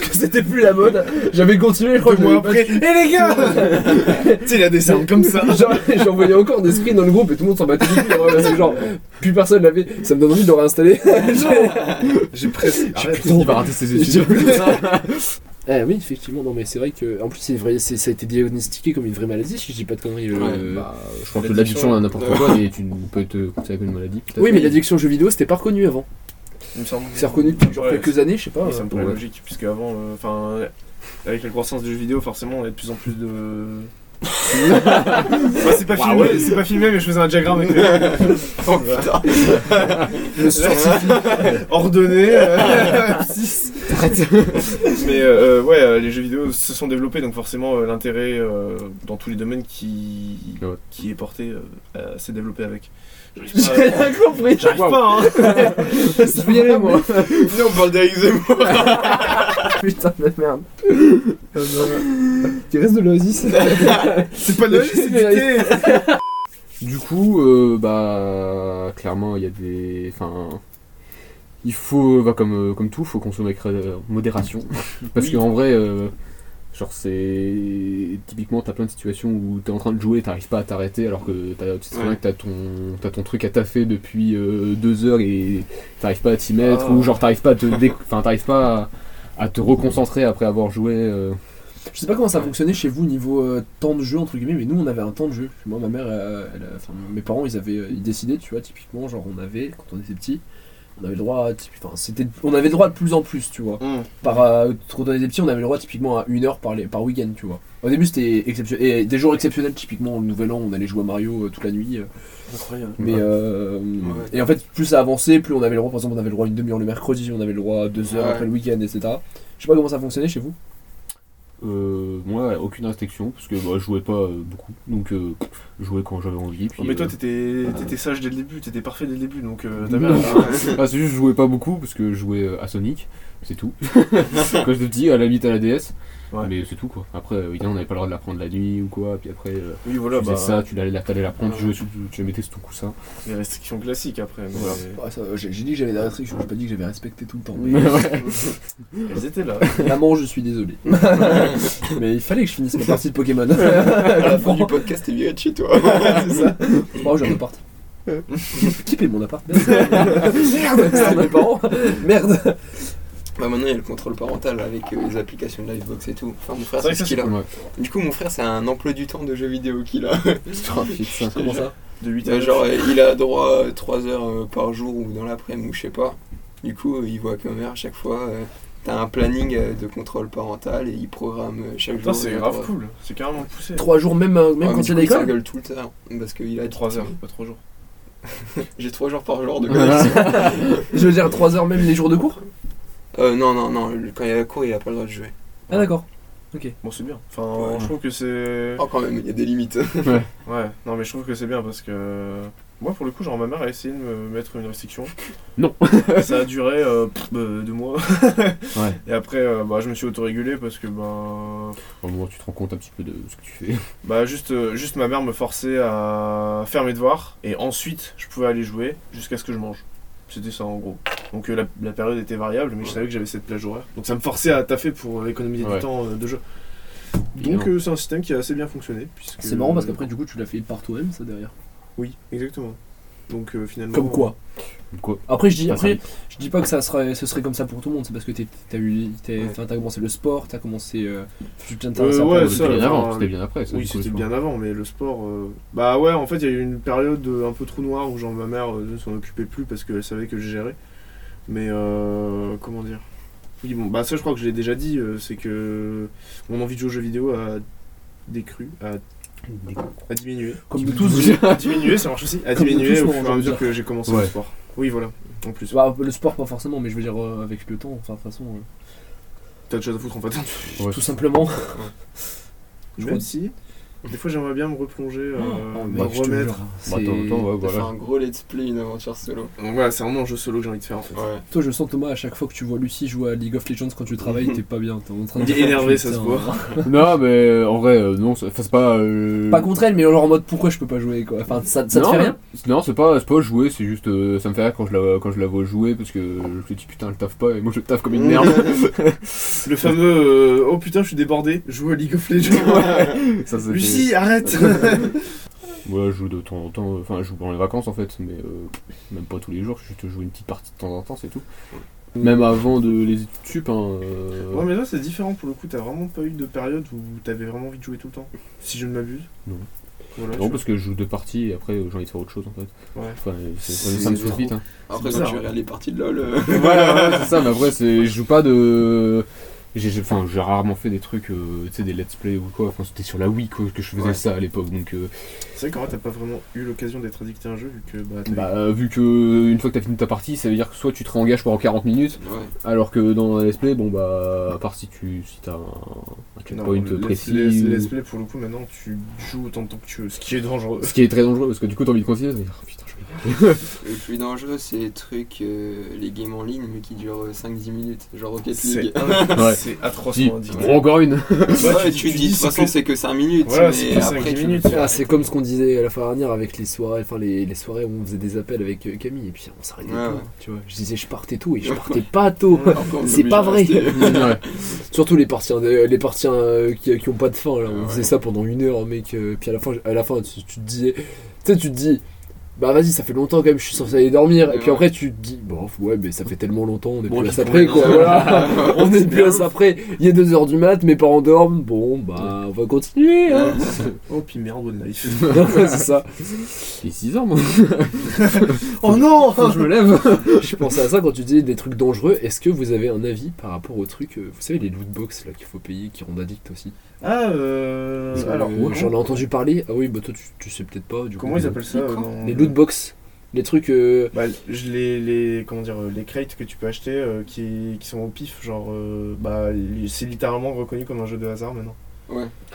Speaker 1: que c'était plus la mode, j'avais continué. Je crois
Speaker 3: Deux
Speaker 1: que
Speaker 3: mois
Speaker 1: j'avais pas-
Speaker 3: après. Eh les gars Tu sais, il a des sounds comme ça.
Speaker 1: Genre, J'envoyais encore des screens dans le groupe et tout le monde s'en battait les couilles, ouais, parce que genre, plus personne l'avait. Ça me donne envie de le réinstaller.
Speaker 3: J'ai presque. Arrête.
Speaker 5: Il va rater ses
Speaker 1: J'ai-
Speaker 5: études.
Speaker 1: Ah oui, effectivement. Non, mais c'est vrai que, en plus, c'est vrai, c'est- ça a été diagnostiqué comme une vraie maladie, si je dis pas de conneries. euh,
Speaker 2: Ouais,
Speaker 5: Bah, je crois que l'addiction à n'importe quoi et tu peux te considérer comme une maladie. peut-être.
Speaker 1: Oui, mais l'addiction aux jeux vidéo, c'était pas reconnu avant.
Speaker 3: Il me semble.
Speaker 1: C'est reconnu depuis genre
Speaker 3: Ouais,
Speaker 1: quelques années, je sais pas.
Speaker 3: Oui, ça me paraît
Speaker 5: Ouais.
Speaker 3: logique, puisque avant, euh, enfin, euh, avec la croissance des jeux vidéo, forcément, on a de plus en plus de. Moi, c'est pas
Speaker 5: Waouh,
Speaker 3: filmé,
Speaker 5: ouais.
Speaker 3: c'est pas filmé, mais je faisais un diagramme avec les...
Speaker 2: Oh putain,
Speaker 1: Le scientifique.
Speaker 3: ordonné. euh, six. mais euh, euh, ouais, euh, les jeux vidéo se sont développés, donc forcément, euh, l'intérêt euh, dans tous les domaines qui
Speaker 5: Ouais.
Speaker 3: qui est porté euh, euh, s'est développé avec. J'arrive
Speaker 1: J'ai rien compris.
Speaker 3: pas, j'arrive pas, hein.
Speaker 1: Je vais y aller, moi.
Speaker 2: Viens, on parle d'Eric Zemmour.
Speaker 1: Putain de merde.
Speaker 6: Ah, bah,
Speaker 1: Tu restes de l'oasis
Speaker 3: C'est pas de la
Speaker 1: généralité.
Speaker 5: Du coup, euh, bah, clairement, il y a des. Enfin. Il faut, bah, comme, euh, comme tout, faut consommer avec euh, modération. Parce
Speaker 3: Oui.
Speaker 5: qu'en vrai, euh, genre, c'est. Typiquement, t'as plein de situations où t'es en train de jouer, t'arrives pas à t'arrêter, alors que t'as- tu sais très bien
Speaker 2: Ouais.
Speaker 5: que t'as ton, t'as ton truc à taffer depuis euh, deux heures et t'arrives pas à t'y mettre,
Speaker 3: Ah.
Speaker 5: ou genre, t'arrives pas à te. dé- Enfin, t'arrives pas à, à te reconcentrer après avoir joué. euh,
Speaker 6: Je sais pas comment ça fonctionnait chez vous niveau euh, temps de jeu entre guillemets, mais nous on avait un temps de jeu. Moi ma mère, euh, elle a- enfin, mes parents ils avaient euh, ils décidaient, tu vois, typiquement genre on avait quand on était petit, on avait le droit, à, typi- enfin c'était, on avait le droit de plus en plus, tu vois.
Speaker 3: Hmm.
Speaker 6: Par euh, quand on était petit, on avait le droit typiquement à une heure par les, par week-end, tu vois. Au début c'était exceptionnel, et des jours exceptionnels typiquement le Nouvel An, on allait jouer à Mario euh, toute la nuit. euh,
Speaker 3: Incroyable.
Speaker 1: Ah,
Speaker 6: mais
Speaker 5: Ouais.
Speaker 6: euh, et en fait plus ça avançait, plus on avait le droit. Par exemple on avait le droit à une demi-heure le mercredi, on avait le droit à deux heures
Speaker 2: Ouais.
Speaker 6: après le week-end, etc. Je sais pas comment ça fonctionnait chez vous.
Speaker 5: Euh, moi, aucune restriction, parce que bah, je jouais pas euh, beaucoup, donc euh, je jouais quand j'avais envie. Puis,
Speaker 3: Oh, mais toi,
Speaker 5: euh,
Speaker 3: t'étais t'étais sage dès le début, t'étais parfait dès le début, donc euh, ta mère.
Speaker 5: Non. ah, c'est juste, je jouais pas beaucoup, parce que je jouais euh, à Sonic, c'est tout. quand j'étais petit, à la limite à la DS,
Speaker 3: Ouais.
Speaker 5: mais c'est tout quoi. Après, euh, évidemment, on n'avait pas le droit de la prendre la nuit ou quoi, puis après, euh,
Speaker 3: Oui, voilà,
Speaker 5: tu faisais
Speaker 3: bah,
Speaker 5: ça, tu allais la, t'allais la prendre,
Speaker 3: Ouais.
Speaker 5: tu, jouais sous- tu la mettais sous ton coussin.
Speaker 3: les restrictions classiques après. Mais
Speaker 5: Voilà.
Speaker 6: Ouais, ça, j'ai j'ai dit que j'avais des restrictions, j'ai pas dit que j'avais respecté tout le temps. Mais...
Speaker 5: Ouais.
Speaker 3: Elles étaient là.
Speaker 6: Maman, je suis désolé. mais il fallait que je finisse ma partie de Pokémon. Je
Speaker 2: À la fin du podcast, t'es viré de chez toi. C'est ça.
Speaker 6: crois que j'ai un appart. Qui paie mon appart Merde, c'est mes parents. Merde.
Speaker 2: Bah maintenant il y a le contrôle parental avec euh, les applications de Livebox et tout. Enfin mon frère
Speaker 3: C'est vrai
Speaker 2: c'est
Speaker 3: que
Speaker 2: ce
Speaker 3: ça,
Speaker 2: qu'il a.
Speaker 5: Ouais.
Speaker 2: Du coup mon frère c'est un emploi du temps de jeux vidéo qu'il a.
Speaker 5: Oh, putain.
Speaker 6: Comment ça
Speaker 3: De 8
Speaker 2: Euh,
Speaker 3: à genre.
Speaker 2: Genre euh, il a droit à 3 heures euh, par jour ou dans l'après-midi ou je sais pas. Du coup euh, il voit comme heure chaque fois. euh, T'as un planning euh, de contrôle parental et il programme euh, Ah, chaque
Speaker 3: Putain,
Speaker 2: jour.
Speaker 3: c'est grave cool. C'est carrément poussé.
Speaker 6: Trois jours, même, euh, même
Speaker 2: Même
Speaker 6: quand il y a
Speaker 2: il
Speaker 6: l'école
Speaker 2: gueule tout le temps parce qu'il a dit,
Speaker 3: 3 heures, pas 3 jours.
Speaker 2: J'ai 3 jours par jour de
Speaker 5: Voilà.
Speaker 2: connexion.
Speaker 6: Je veux dire, trois heures, même les jours de cours
Speaker 2: euh, non non non le- quand il a cours il a pas le droit de jouer.
Speaker 6: Ah, d'accord.
Speaker 3: Bon, c'est bien. Enfin,
Speaker 2: Ouais.
Speaker 3: je trouve que c'est.
Speaker 2: Oh quand même il y a des limites.
Speaker 3: Ouais, non, mais je trouve que c'est bien parce que. Moi, pour le coup, genre, ma mère a essayé de me mettre une restriction.
Speaker 5: Non.
Speaker 3: ça a duré euh, pff, bah, deux mois.
Speaker 5: Ouais.
Speaker 3: Et après, euh, bah, je me suis autorégulé parce que, bah.
Speaker 5: Au moment où tu te rends compte un petit peu de ce que tu fais.
Speaker 3: Bah, juste, euh, juste ma mère me forçait à faire mes devoirs et ensuite, je pouvais aller jouer jusqu'à ce que je mange. C'était ça, en gros. Donc, euh, la, la période était variable, mais je savais que j'avais cette plage horaire. Donc, ça me forçait à taffer pour économiser
Speaker 5: Ouais.
Speaker 3: du temps euh, de jeu. Donc,
Speaker 5: Évidemment.
Speaker 3: euh, c'est un système qui a assez bien fonctionné. puisque-
Speaker 6: C'est marrant parce qu'après, du coup, tu l'as fait par toi-même, ça derrière.
Speaker 3: Oui, exactement. Donc euh, finalement.
Speaker 6: Comme quoi.
Speaker 5: Quoi
Speaker 6: Après, je dis,
Speaker 5: Pas
Speaker 6: après, je dis pas que ça serait, ce serait comme ça pour tout le monde. C'est parce que t'es- t'as eu, t'es- enfin, t'as commencé le sport, t'as commencé. euh, tu t'intéresses
Speaker 3: Euh,
Speaker 6: à
Speaker 3: ouais,
Speaker 6: plein de-
Speaker 5: C'était
Speaker 3: ça,
Speaker 5: bien
Speaker 3: enfin,
Speaker 5: avant, c'était bien après. ça,
Speaker 3: Oui,
Speaker 5: du coup,
Speaker 3: c'était
Speaker 5: je
Speaker 6: hein.
Speaker 3: bien avant, mais le sport. euh, Bah ouais, en fait, il y a eu une période euh, un peu trou noir où genre ma mère euh, ne s'en occupait plus parce qu'elle savait que je gérais. Mais euh, comment dire Oui, bon, bah ça, je crois que je l'ai déjà dit, euh, c'est que mon envie de jouer aux jeux vidéo a décru, a, a diminué.
Speaker 6: Comme nous tous.
Speaker 3: a diminué, ça marche aussi. A
Speaker 6: Comme
Speaker 3: diminué
Speaker 6: tous,
Speaker 3: au
Speaker 6: on
Speaker 3: fur et
Speaker 6: va
Speaker 3: à mesure
Speaker 6: dire.
Speaker 3: que j'ai commencé
Speaker 5: Ouais.
Speaker 3: le sport. Oui, voilà, en plus.
Speaker 6: Bah, le sport, pas forcément, mais je veux dire, euh, avec le temps, enfin, de toute façon, euh,
Speaker 3: T'as de choses à foutre en fait.
Speaker 5: Ouais.
Speaker 6: tout simplement.
Speaker 3: Je
Speaker 6: crois-
Speaker 3: Même si, des fois, j'aimerais bien me replonger, euh, me
Speaker 6: Mec, je te
Speaker 3: remettre.
Speaker 6: jure,
Speaker 5: Bah, de temps en
Speaker 6: c'est-
Speaker 5: temps, ouais,
Speaker 2: T'as fait
Speaker 5: voilà.
Speaker 2: un gros let's play, une aventure solo.
Speaker 3: Donc voilà, c'est vraiment un jeu solo que j'ai envie de faire en fait.
Speaker 2: Ouais.
Speaker 6: Toi, je sens Thomas, à chaque fois que tu vois Lucie jouer à League of Legends quand tu travailles, t'es pas bien. T'es en train de
Speaker 3: Il est
Speaker 6: dire,
Speaker 3: énervé, ça se
Speaker 6: putain,
Speaker 3: voit.
Speaker 5: Non, mais euh, en vrai, euh, non, c'est enfin, c'est pas. euh,
Speaker 6: Pas contre elle, mais genre en mode pourquoi je peux pas jouer quoi. Enfin, ça, ça te
Speaker 5: non,
Speaker 6: fait rien
Speaker 5: Non, c'est pas, c'est pas jouer, c'est juste. euh, ça me fait rire quand je, la, quand je la vois jouer parce que je me dis putain, elle taffe pas et moi je taffe comme une merde.
Speaker 3: Le fameux euh, Oh putain, je suis débordé, joue à League of Legends.
Speaker 5: Ça, c'était-
Speaker 3: Lucie, arrête
Speaker 5: Ouais, je joue de temps en temps, euh, enfin, je joue pendant les vacances en fait, mais euh, même pas tous les jours, je te joue une petite partie de temps en temps, c'est tout. Même avant de les études sup, hein, euh,
Speaker 3: Ouais, mais toi, c'est différent pour le coup, t'as vraiment pas eu de période où t'avais vraiment envie de jouer tout le temps, si je ne m'abuse.
Speaker 5: Non.
Speaker 3: Voilà, tu
Speaker 5: Non,
Speaker 3: vois.
Speaker 5: parce que je joue deux parties et après euh, j'ai envie de faire autre chose en fait.
Speaker 3: Ouais.
Speaker 5: Enfin, euh, c'est-
Speaker 3: C'est
Speaker 5: ça me saoule
Speaker 3: trop-
Speaker 5: vite. Hein.
Speaker 2: Après, quand
Speaker 3: bizarre,
Speaker 2: tu
Speaker 3: hein.
Speaker 2: regardes les parties de LoL, euh,
Speaker 5: voilà, ouais, c'est ça, mais après, c'est, je joue pas de. j'ai- j'ai- Enfin, j'ai rarement fait des trucs, euh, tu sais, des let's play ou quoi. Enfin, c'était sur la Wii quoi, que je faisais
Speaker 2: Ouais.
Speaker 5: ça à l'époque. Donc, euh,
Speaker 3: C'est vrai qu'en vrai, t'as pas vraiment eu l'occasion d'être addicté à un jeu, vu que bah, t'as
Speaker 5: bah, euh, vu que euh, une fois que t'as fini ta partie, ça veut dire que soit tu te réengages pendant 40 minutes,
Speaker 2: ouais.
Speaker 5: alors que dans un let's play, bon bah, à part si tu si t'as un, un
Speaker 3: eu- Non,
Speaker 5: checkpoint
Speaker 3: let's-
Speaker 5: précis.
Speaker 3: let's-
Speaker 5: ou-
Speaker 3: let's play, pour le coup, maintenant, tu joues autant de temps que tu veux, ce qui est dangereux.
Speaker 5: Ce qui est très dangereux parce que du coup, t'as envie de continuer. mais, oh, putain, je vais-
Speaker 2: Le plus dangereux, c'est les trucs, euh, les games en ligne, mais qui durent euh, 5-10 minutes. Genre Rocket League.
Speaker 3: C'est un-
Speaker 5: Ouais.
Speaker 3: c'est
Speaker 5: Si,
Speaker 3: atrocement addictif.
Speaker 5: encore une
Speaker 2: Ouais,
Speaker 3: Ouais,
Speaker 2: tu, dis, de toute façon, c'est que 5 minutes.
Speaker 3: Voilà, c'est
Speaker 2: mais
Speaker 3: que
Speaker 2: après,
Speaker 3: 5-10
Speaker 2: tu-
Speaker 3: minutes.
Speaker 1: Ah, c'est comme ce qu'on disait la fois dernière avec les soirées, enfin les, les soirées où on faisait des appels avec euh, Camille et puis on s'arrêtait
Speaker 2: Ouais,
Speaker 1: pas,
Speaker 2: ouais.
Speaker 1: tu vois. Je disais je partais tôt et je partais pas tôt. C'est pas vrai.
Speaker 5: Ouais.
Speaker 1: Surtout les parties, euh, les parties euh, qui, qui ont pas de fin là. On
Speaker 2: Ouais.
Speaker 1: faisait ça pendant une heure, mec. euh, puis à la fin, à la fin, tu, tu te disais, tu sais, tu te dis, bah vas-y, ça fait longtemps quand même. Je suis censé aller dormir. Et
Speaker 2: Ouais,
Speaker 1: puis
Speaker 2: ouais.
Speaker 1: après, tu te dis, bon ouais, mais ça fait tellement longtemps, on est
Speaker 2: Bon,
Speaker 1: plus à
Speaker 2: j'y
Speaker 1: ça
Speaker 2: prends
Speaker 1: près
Speaker 2: maintenant.
Speaker 1: quoi. voilà. on est plus à ça près. Il est 2 heures du mat, mes parents dorment. Bon bah on va continuer. Hein.
Speaker 3: Oh, puis merde, bonne life.
Speaker 1: c'est ça.
Speaker 5: Il est 6 ans, moi.
Speaker 1: Oh non.
Speaker 5: Faut que je me
Speaker 3: Euh,
Speaker 5: lève.
Speaker 1: Je pensais à ça quand tu dis des trucs dangereux. Est-ce que vous avez un avis par rapport aux trucs, euh, vous savez, les loot box là qu'il faut payer, qui rendent addict aussi
Speaker 3: Ah, euh.
Speaker 1: Parce que,
Speaker 3: Alors,
Speaker 1: euh,
Speaker 3: comment-
Speaker 1: j'en ai entendu parler. Ah oui, bah toi, tu, tu sais peut-être pas. Du
Speaker 3: Comment
Speaker 1: coup,
Speaker 3: ils appellent ça euh, dans-
Speaker 1: Les loot box, les trucs. euh,
Speaker 3: Bah, je- les, les, comment dire, euh, les crates que tu peux acheter euh, qui, qui sont au pif, genre, euh, bah, les- c'est littéralement reconnu comme un jeu de hasard maintenant.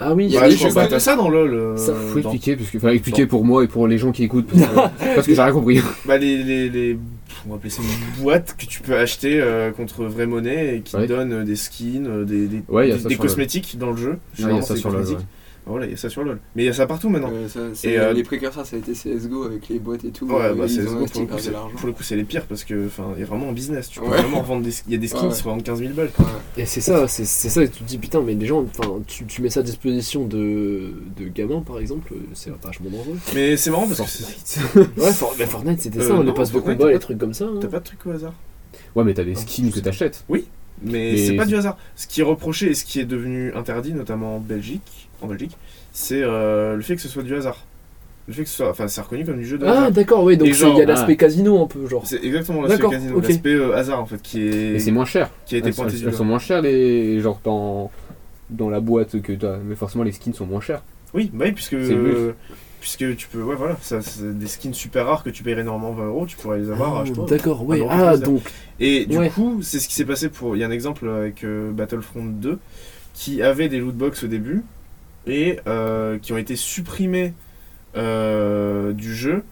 Speaker 1: Ah oui.
Speaker 2: Il y a
Speaker 3: Bah,
Speaker 2: des
Speaker 3: je pense
Speaker 2: jeux
Speaker 3: pas
Speaker 2: comme
Speaker 3: t'as ça dans LoL. euh,
Speaker 1: Ça,
Speaker 5: Faut
Speaker 3: dans-
Speaker 5: expliquer, parce que, enfin, expliquer pour moi et pour les gens qui écoutent, parce que, parce que j'ai rien compris.
Speaker 3: Bah, les, les, les- pff, on va appeler ça une boîte que tu peux acheter euh, contre vraie monnaie et qui
Speaker 5: Ouais.
Speaker 3: te donne euh, des skins, euh, des, des,
Speaker 5: Ouais, y a
Speaker 3: des-
Speaker 5: ça
Speaker 3: des
Speaker 5: sur
Speaker 3: cosmétiques dans le jeu.
Speaker 5: Non, il y a
Speaker 3: Généralement,
Speaker 5: ça
Speaker 3: c'est
Speaker 5: sur le.
Speaker 3: cosmétiques. Voilà, il y a ça sur LoL. Mais il y a ça partout maintenant.
Speaker 2: Euh, ça, c'est-
Speaker 3: Et, euh,
Speaker 2: Les précurseurs, ça a été CSGO avec les boîtes et tout.
Speaker 3: Ouais,
Speaker 2: euh,
Speaker 3: bah,
Speaker 2: ils
Speaker 3: c'est
Speaker 2: ont
Speaker 3: pour,
Speaker 2: investi
Speaker 3: le coup,
Speaker 2: grave de
Speaker 3: c'est-
Speaker 2: l'argent.
Speaker 3: pour le coup, c'est les pires parce que, enfin, il y a vraiment un business. Tu peux
Speaker 2: Ouais.
Speaker 3: vraiment vendre des skins. Il y a des skins
Speaker 2: Ouais,
Speaker 3: qui se vendent 15 000 balles.
Speaker 2: Ouais.
Speaker 1: Et c'est ça, c'est c'est ça. Et tu te dis putain, mais les gens, enfin, tu, tu mets ça à disposition de, de gamins par exemple, euh, c'est vachement dangereux.
Speaker 3: Mais c'est marrant parce que c'est-
Speaker 1: Ouais, For- mais Fortnite, c'était
Speaker 3: Euh,
Speaker 1: ça, hein, les
Speaker 3: non,
Speaker 1: passes de
Speaker 3: Fortnite,
Speaker 1: combat,
Speaker 3: t'as
Speaker 1: les
Speaker 3: pas-
Speaker 1: trucs comme ça. hein.
Speaker 3: t'as pas de truc au hasard.
Speaker 5: Ouais, mais t'as des skins que t'achètes.
Speaker 3: Mais,
Speaker 5: Mais
Speaker 3: c'est pas
Speaker 5: c'est-
Speaker 3: du hasard. Ce qui est reproché et ce qui est devenu interdit, notamment en Belgique, en Belgique, c'est euh, le fait que ce soit du hasard. Le fait que ce soit, enfin, c'est reconnu comme du jeu de
Speaker 1: Ah
Speaker 3: hasard.
Speaker 1: d'accord, oui. Donc
Speaker 3: Et
Speaker 1: c'est- il y
Speaker 3: genre,
Speaker 1: a l'aspect casino un peu, genre.
Speaker 3: C'est exactement l'aspect
Speaker 1: D'accord,
Speaker 3: casino,
Speaker 1: ok.
Speaker 3: l'aspect euh, hasard en fait, qui
Speaker 5: Et c'est
Speaker 3: est,
Speaker 5: moins cher.
Speaker 3: qui a été
Speaker 1: Ah,
Speaker 5: Elles, sont-
Speaker 3: pointé du
Speaker 5: elles
Speaker 3: doigt.
Speaker 5: sont moins chères, les. Genre dans. Dans la boîte que t'as. Mais forcément, les skins sont moins chers.
Speaker 3: Oui, bah oui, puisque
Speaker 5: C'est le
Speaker 3: euh, puisque tu peux, ouais, voilà, ça, c'est des skins super rares que tu paierais normalement 20 euros, tu pourrais les avoir.
Speaker 1: Ah,
Speaker 3: je sais pas,
Speaker 1: D'accord, ouais.
Speaker 3: Alors,
Speaker 1: Ah
Speaker 3: c'est-
Speaker 1: donc.
Speaker 3: Et du
Speaker 1: Ouais.
Speaker 3: coup, c'est ce qui s'est passé pour. Il y a un exemple avec euh, Battlefront 2 qui avait des loot box au début et euh, qui ont été supprimés euh, du jeu,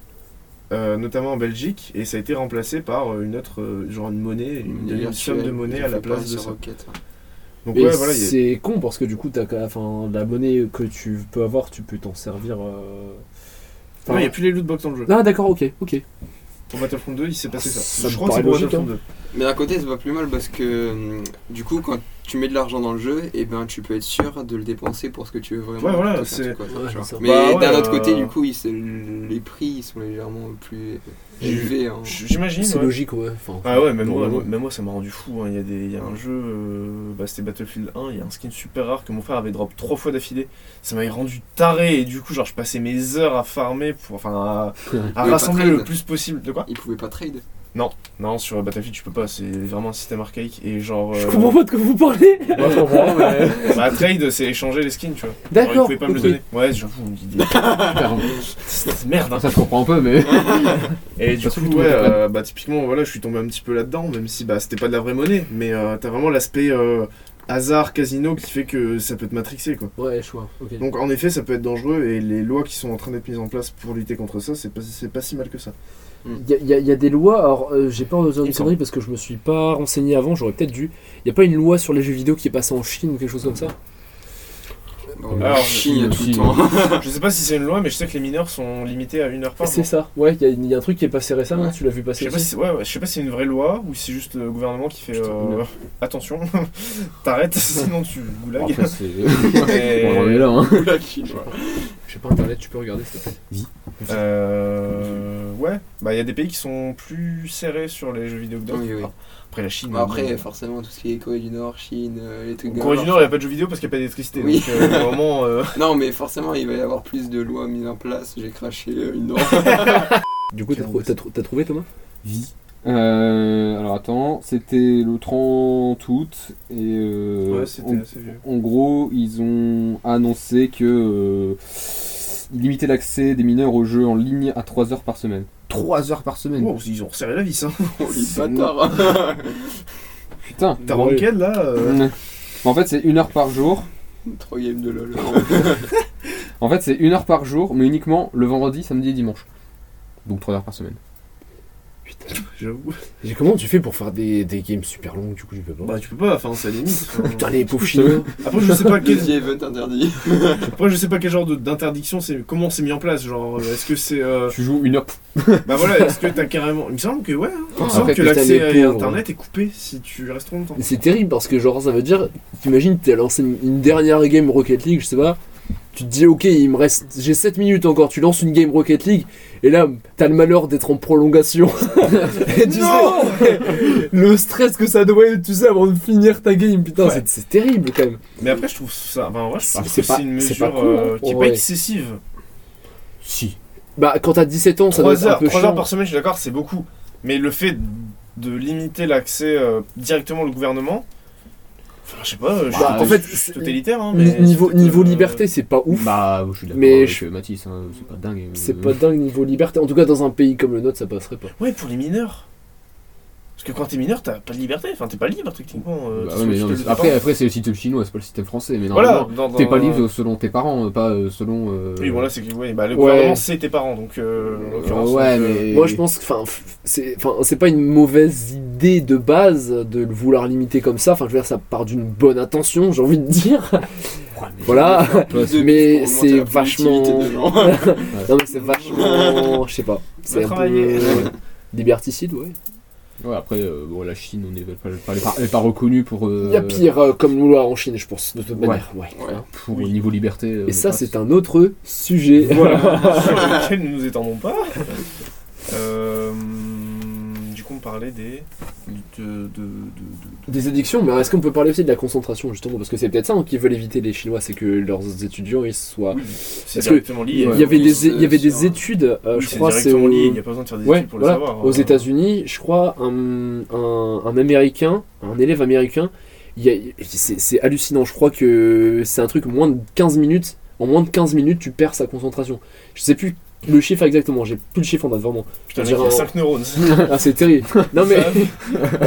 Speaker 3: euh, notamment en Belgique, et ça a été remplacé par euh, une autre, euh, genre une monnaie, une, une somme de monnaie à la place de ça.
Speaker 2: hein.
Speaker 3: Donc
Speaker 1: et
Speaker 3: ouais, voilà, il y a-
Speaker 1: c'est con parce que du coup, t'as, quand- enfin, la monnaie que tu peux avoir, tu peux t'en servir. euh,
Speaker 3: non, il n'y a plus les loot box dans le jeu.
Speaker 1: Ah d'accord, ok, ok.
Speaker 3: Pour Battlefront 2, il s'est passé ça.
Speaker 1: Ça me
Speaker 3: Je crois que c'est
Speaker 1: paraît
Speaker 3: pour
Speaker 1: logique, hein.
Speaker 3: Battlefront 2.
Speaker 2: Mais d'un côté, c'est pas plus mal parce que hum, du coup, quand tu mets de l'argent dans le jeu, et ben tu peux être sûr de le dépenser pour ce que tu veux vraiment.
Speaker 3: Ouais, voilà,
Speaker 2: T'as
Speaker 3: c'est-
Speaker 2: fait, quoi,
Speaker 1: Ouais,
Speaker 2: genre.
Speaker 1: c'est ça.
Speaker 2: Mais
Speaker 3: Bah ouais,
Speaker 2: d'un autre
Speaker 3: euh,
Speaker 2: côté, du coup, ils- c'est- les prix ils sont légèrement plus élevés. hein.
Speaker 3: J'imagine.
Speaker 1: C'est
Speaker 3: ouais.
Speaker 1: logique, ouais. Enfin,
Speaker 3: Ah ouais, même, moi,
Speaker 1: normalement.
Speaker 3: même moi, ça m'a rendu fou. hein. Il y a des, il y a un jeu, euh, bah, c'était Battlefield 1, il y a un skin super rare que mon frère avait drop trois fois d'affilée. Ça m'avait rendu taré et du coup, genre, je passais mes heures à farmer pour, enfin, à, à
Speaker 2: Oui,
Speaker 3: rassembler
Speaker 2: pas trade.
Speaker 3: le plus possible. De quoi
Speaker 2: hein. Ils pouvaient pas trade.
Speaker 3: Non, sur Battlefield, tu peux pas. C'est vraiment un système archaïque et genre.
Speaker 1: Je
Speaker 3: euh,
Speaker 1: comprends pas de quoi vous parlez
Speaker 5: Moi, je comprends, mais.
Speaker 3: bah, trade, c'est échanger les skins, tu vois. Genre, ils
Speaker 1: D'accord
Speaker 3: pouvaient pas me le
Speaker 1: compris.
Speaker 3: donner. Ouais, j'avoue, une idée.
Speaker 5: Ah.
Speaker 3: Cette merde. hein.
Speaker 5: Ça, je comprends un peu, mais.
Speaker 3: Et du
Speaker 5: Parce
Speaker 3: coup,
Speaker 5: que tout
Speaker 3: ouais,
Speaker 5: est prêt.
Speaker 3: euh, bah, typiquement, voilà, je suis tombé un petit peu là-dedans, même si bah, c'était pas de la vraie monnaie, mais euh, t'as vraiment l'aspect euh, hasard, casino qui fait que ça peut te matrixer, quoi.
Speaker 1: Ouais, choix, ok.
Speaker 3: Donc en effet, ça peut être dangereux, et les lois qui sont en train d'être mises en place pour lutter contre ça, c'est pas, c'est pas si mal que ça.
Speaker 1: Il y, a- y a- y a des lois, alors euh, j'ai peur de dire
Speaker 3: Il
Speaker 1: une
Speaker 3: me
Speaker 1: connerie parce que je me suis pas renseigné avant, j'aurais peut-être dû. Il a pas une loi sur les jeux vidéo qui est passée en Chine ou quelque chose comme ça
Speaker 2: Bon,
Speaker 3: Alors,
Speaker 2: en Chine, tout
Speaker 5: aussi,
Speaker 2: le temps. hein.
Speaker 3: je sais pas si c'est une loi, mais je sais que les mineurs sont limités à une heure par
Speaker 1: C'est
Speaker 3: jour.
Speaker 1: ça, ouais, il y a- il y, a un truc qui est passé récemment,
Speaker 2: Ouais.
Speaker 1: tu l'as vu
Speaker 3: Je
Speaker 1: passer
Speaker 3: sais, pas
Speaker 1: aussi.
Speaker 3: si c'est, ouais, ouais, je sais pas si c'est une vraie loi ou si c'est juste le gouvernement qui fait
Speaker 1: Putain,
Speaker 3: euh,
Speaker 1: merde.
Speaker 3: attention, t'arrêtes, sinon tu
Speaker 5: Bon,
Speaker 3: goulagues.
Speaker 5: après, c'est.
Speaker 3: Et,
Speaker 5: On en est là, hein.
Speaker 2: La Chine, ouais.
Speaker 1: J'ai pas internet, tu peux regarder s'il te plaît.
Speaker 3: euh, ouais, bah il y a des pays qui sont plus serrés sur les jeux vidéo que d'autres.
Speaker 2: Oui, oui.
Speaker 3: Après la Chine.
Speaker 2: Bon,
Speaker 1: Bah,
Speaker 2: Bah, Après,
Speaker 3: euh,
Speaker 2: forcément, tout ce qui est Corée du Nord, Chine, euh, les trucs de
Speaker 3: Corée
Speaker 2: la
Speaker 3: du
Speaker 2: Nord.
Speaker 3: Nord, il n'y a pas de jeux vidéo parce qu'il n'y a pas d'électricité.
Speaker 2: Oui.
Speaker 3: Donc, euh, au moment, euh,
Speaker 2: Non, mais forcément, il va y avoir plus de lois mises en place. J'ai craché euh, une norme.
Speaker 1: Du coup, t'as trou- t'as trou- t'as trouvé Thomas
Speaker 5: Vie. Euh, alors attends, c'était le 30 août et euh, en,
Speaker 3: assez vieux.
Speaker 5: en gros ils ont annoncé que euh, ils limitaient l'accès des mineurs aux jeux en ligne à 3 heures par semaine. Oh, 3 heures par semaine
Speaker 3: Wow, Oh, ils ont resserré la vis. Hein.
Speaker 2: Oh, les
Speaker 5: C'est
Speaker 2: bâtards.
Speaker 5: Putain
Speaker 3: T'as
Speaker 1: Ouais.
Speaker 3: ranqué là euh,
Speaker 5: Mmh. En fait c'est une heure par jour.
Speaker 2: Trois games de LoL.
Speaker 5: En fait c'est une heure par jour mais uniquement le vendredi, samedi et dimanche. Donc 3 heures par semaine.
Speaker 3: J'avoue.
Speaker 1: J'ai- Comment tu fais pour faire des, des games super longues du coup, je peux pas.
Speaker 3: Bah, tu peux pas, enfin, c'est la limite. Enfin,
Speaker 1: Putain, les pauvres chinois
Speaker 3: Après, je sais pas
Speaker 2: Le
Speaker 3: quel,
Speaker 2: The event interdit.
Speaker 3: après, je sais pas quel genre de- d'interdiction c'est. Comment c'est mis en place Genre, euh, est-ce que c'est. euh,
Speaker 5: Tu joues une heure.
Speaker 3: Bah voilà, est-ce que t'as carrément. Il me semble que, ouais, hein, il me semble
Speaker 1: Après,
Speaker 3: que
Speaker 1: putain,
Speaker 3: l'accès
Speaker 1: les
Speaker 3: à
Speaker 1: pauvres.
Speaker 3: internet est coupé si tu restes trop longtemps.
Speaker 1: C'est terrible parce que, genre, ça veut dire, t'imagines, t'as lancé une, une dernière game Rocket League, je sais pas. Tu te dis, ok, il me reste, j'ai 7 minutes encore, tu lances une game Rocket League, et là, t'as le malheur d'être en prolongation. Et tu
Speaker 3: Non
Speaker 1: sais, le stress que ça doit être, tu sais, avant de finir ta game, putain,
Speaker 3: Ouais.
Speaker 1: c'est- c'est terrible quand même.
Speaker 3: Mais après, je trouve ça. Enfin, en vrai, je
Speaker 1: C'est-
Speaker 3: trouve
Speaker 1: c'est
Speaker 3: que
Speaker 1: pas-
Speaker 3: c'est une
Speaker 1: c'est pas
Speaker 3: mesure
Speaker 1: cool, hein,
Speaker 3: euh, qui est
Speaker 1: pour
Speaker 3: pas
Speaker 1: vrai.
Speaker 3: excessive.
Speaker 1: Si. Bah, quand t'as 17 ans, ça doit
Speaker 3: 3
Speaker 1: être un
Speaker 3: heures,
Speaker 1: peu
Speaker 3: trois
Speaker 1: chiant.
Speaker 3: heures par semaine, je suis d'accord, c'est beaucoup. Mais le fait de limiter l'accès euh, directement au gouvernement, enfin, je sais pas, euh, je
Speaker 5: Bah,
Speaker 3: suis
Speaker 5: en
Speaker 1: fait,
Speaker 3: juste
Speaker 1: c'est-
Speaker 3: totalitaire. hein,
Speaker 1: Ni-
Speaker 3: mais
Speaker 1: niveau
Speaker 3: c'est peut-être,
Speaker 1: niveau
Speaker 3: euh,
Speaker 1: liberté, c'est pas ouf.
Speaker 5: Bah je suis d'accord
Speaker 1: Mais
Speaker 5: avec
Speaker 1: je-
Speaker 5: euh, Mathis, hein, c'est pas dingue.
Speaker 1: C'est
Speaker 5: euh,
Speaker 1: pas dingue niveau liberté. En tout cas, dans un pays comme le nôtre, ça passerait pas.
Speaker 3: Ouais, pour les mineurs. Parce que quand t'es mineur, t'as pas de liberté. Enfin, t'es pas libre techniquement. euh,
Speaker 5: Bah
Speaker 3: t'es
Speaker 5: ouais, mais
Speaker 3: sous
Speaker 5: non,
Speaker 3: le tutelle
Speaker 5: mais c'est-
Speaker 3: de
Speaker 5: après,
Speaker 3: tes
Speaker 5: après c'est le système chinois, c'est pas le système français. Mais
Speaker 3: parents.
Speaker 5: normalement,
Speaker 3: voilà, dans- dans-
Speaker 5: t'es pas libre euh, selon tes parents, pas euh, selon. euh,
Speaker 3: Oui, voilà, c'est que ouais, bah, le
Speaker 1: Ouais.
Speaker 3: gouvernement, c'est tes parents. Donc, euh, en
Speaker 5: euh,
Speaker 3: l'occurrence,
Speaker 5: ouais,
Speaker 3: donc, euh,
Speaker 5: mais.
Speaker 1: Moi, je pense que, enfin, f- c'est, enfin, c'est pas une mauvaise idée de base de le vouloir limiter comme ça. Enfin, je veux dire, ça part d'une bonne intention, j'ai envie de dire. Voilà.
Speaker 5: Toi,
Speaker 2: Plus de
Speaker 1: mais
Speaker 2: bus pour
Speaker 1: c'est
Speaker 2: augmenter la productivité
Speaker 1: vachement-
Speaker 2: des gens.
Speaker 1: non, mais c'est vachement, je sais pas. C'est un
Speaker 3: travailler.
Speaker 1: peu ouais. liberticide, ouais.
Speaker 5: Ouais, après, euh, bon, la Chine, on n'est pas, pas, pas, elle est pas reconnue pour. euh,
Speaker 1: Il y a pire euh, comme loi en Chine, je pense, de toute
Speaker 5: Ouais.
Speaker 1: manière. ouais.
Speaker 2: Ouais.
Speaker 5: Pour le niveau liberté. euh,
Speaker 1: Et
Speaker 5: on
Speaker 1: ça,
Speaker 5: passe.
Speaker 1: c'est un autre sujet.
Speaker 3: voilà, sur lequel nous nous étendons pas. Euh, du coup, on parlait des. de- de- de, de
Speaker 1: Des addictions, mais est-ce qu'on peut parler aussi de la concentration justement Parce que c'est peut-être ça hein, qu'ils veulent éviter les Chinois, c'est que leurs étudiants ils soient.
Speaker 3: C'est
Speaker 1: Parce
Speaker 3: directement lié.
Speaker 1: Il
Speaker 5: Ouais.
Speaker 1: y avait des,
Speaker 2: Oui,
Speaker 1: il y avait
Speaker 2: c'est
Speaker 1: des
Speaker 2: sûr.
Speaker 1: études, euh,
Speaker 3: Oui,
Speaker 1: je
Speaker 3: c'est
Speaker 1: crois, c'est
Speaker 3: directement
Speaker 1: au-
Speaker 3: lié. Il n'y a pas besoin de faire des
Speaker 1: Ouais,
Speaker 3: études pour
Speaker 1: voilà.
Speaker 3: le savoir.
Speaker 1: Aux
Speaker 3: euh.
Speaker 1: États-Unis, je crois, un, un, un américain, un élève américain, il y a- c'est c'est hallucinant. Je crois que c'est un truc moins de 15 minutes. En moins de 15 minutes, tu perds sa concentration. Je sais plus le chiffre exactement, j'ai plus le chiffre en date vraiment.
Speaker 3: Putain,
Speaker 1: Je
Speaker 3: mec,
Speaker 1: dirais
Speaker 3: il y a
Speaker 1: en-
Speaker 3: 5 neurones.
Speaker 1: Ah, c'est terrible. Non mais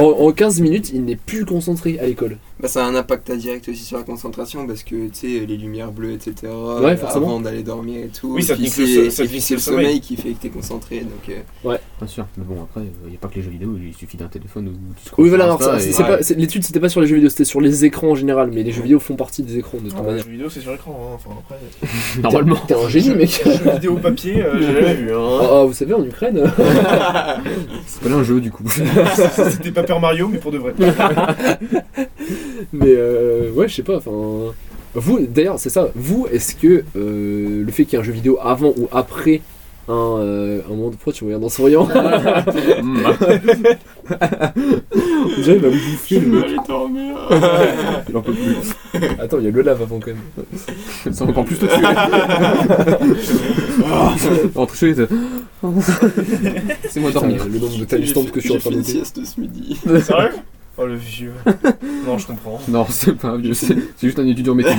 Speaker 1: en, en 15 minutes, il n'est plus concentré à l'école.
Speaker 2: Bah, ça a un impact direct aussi sur la concentration parce que tu sais, les lumières bleues, etc.
Speaker 1: Ouais, forcément.
Speaker 2: Avant d'aller dormir et tout.
Speaker 3: Oui, ça
Speaker 2: et
Speaker 3: te
Speaker 2: puis
Speaker 3: nique le so-
Speaker 2: c'est-
Speaker 3: ça
Speaker 2: et
Speaker 3: te
Speaker 2: puis
Speaker 3: nique
Speaker 2: c'est
Speaker 3: le
Speaker 2: le sommeil qui fait que t'es concentré. Donc, euh,
Speaker 5: Bien sûr. Mais bon, après, il n'y a pas que les jeux vidéo, il suffit d'un téléphone ou tu scrolles
Speaker 1: Oui voilà,
Speaker 5: sur
Speaker 1: alors,
Speaker 5: Insta
Speaker 1: c'est-
Speaker 5: et-
Speaker 1: c'est
Speaker 5: Ouais.
Speaker 1: pas- c'est- l'étude c'était pas sur les jeux vidéo, c'était sur les écrans en général, mais les jeux vidéo font partie des écrans de toute
Speaker 3: Non,
Speaker 1: manière.
Speaker 3: jeux vidéo, c'est sur écran. hein. Enfin, après,
Speaker 5: Ah Normalement.
Speaker 1: T'es un génie mec
Speaker 3: jeux vidéo papier, euh, j'ai jamais vu. Hein.
Speaker 1: Ah, vous savez, en Ukraine
Speaker 5: C'est pas un jeu du coup.
Speaker 3: C'était Paper Mario, mais pour de vrai.
Speaker 1: Mais euh, ouais, je sais pas. Enfin, vous, d'ailleurs, c'est ça. Vous, est-ce que euh, le fait qu'il y ait un jeu vidéo avant ou après un, euh, un moment de pro, tu me regardes en souriant
Speaker 5: Hmm,
Speaker 1: Déjà, il m'a bouffé le.
Speaker 2: aller dormir.
Speaker 5: Il en peut plus.
Speaker 1: Attends, il y a le lave avant quand même.
Speaker 5: Ça encore plus le tuer. Entre chez les C'est moi dormir.
Speaker 1: Putain, Le nombre de talismans que je suis en train de
Speaker 2: J'ai fait une
Speaker 1: noter.
Speaker 2: sieste ce midi.
Speaker 3: Sérieux Oh le vieux. Non, je comprends.
Speaker 5: Non, c'est pas un vieux, c'est c'est juste un étudiant métier.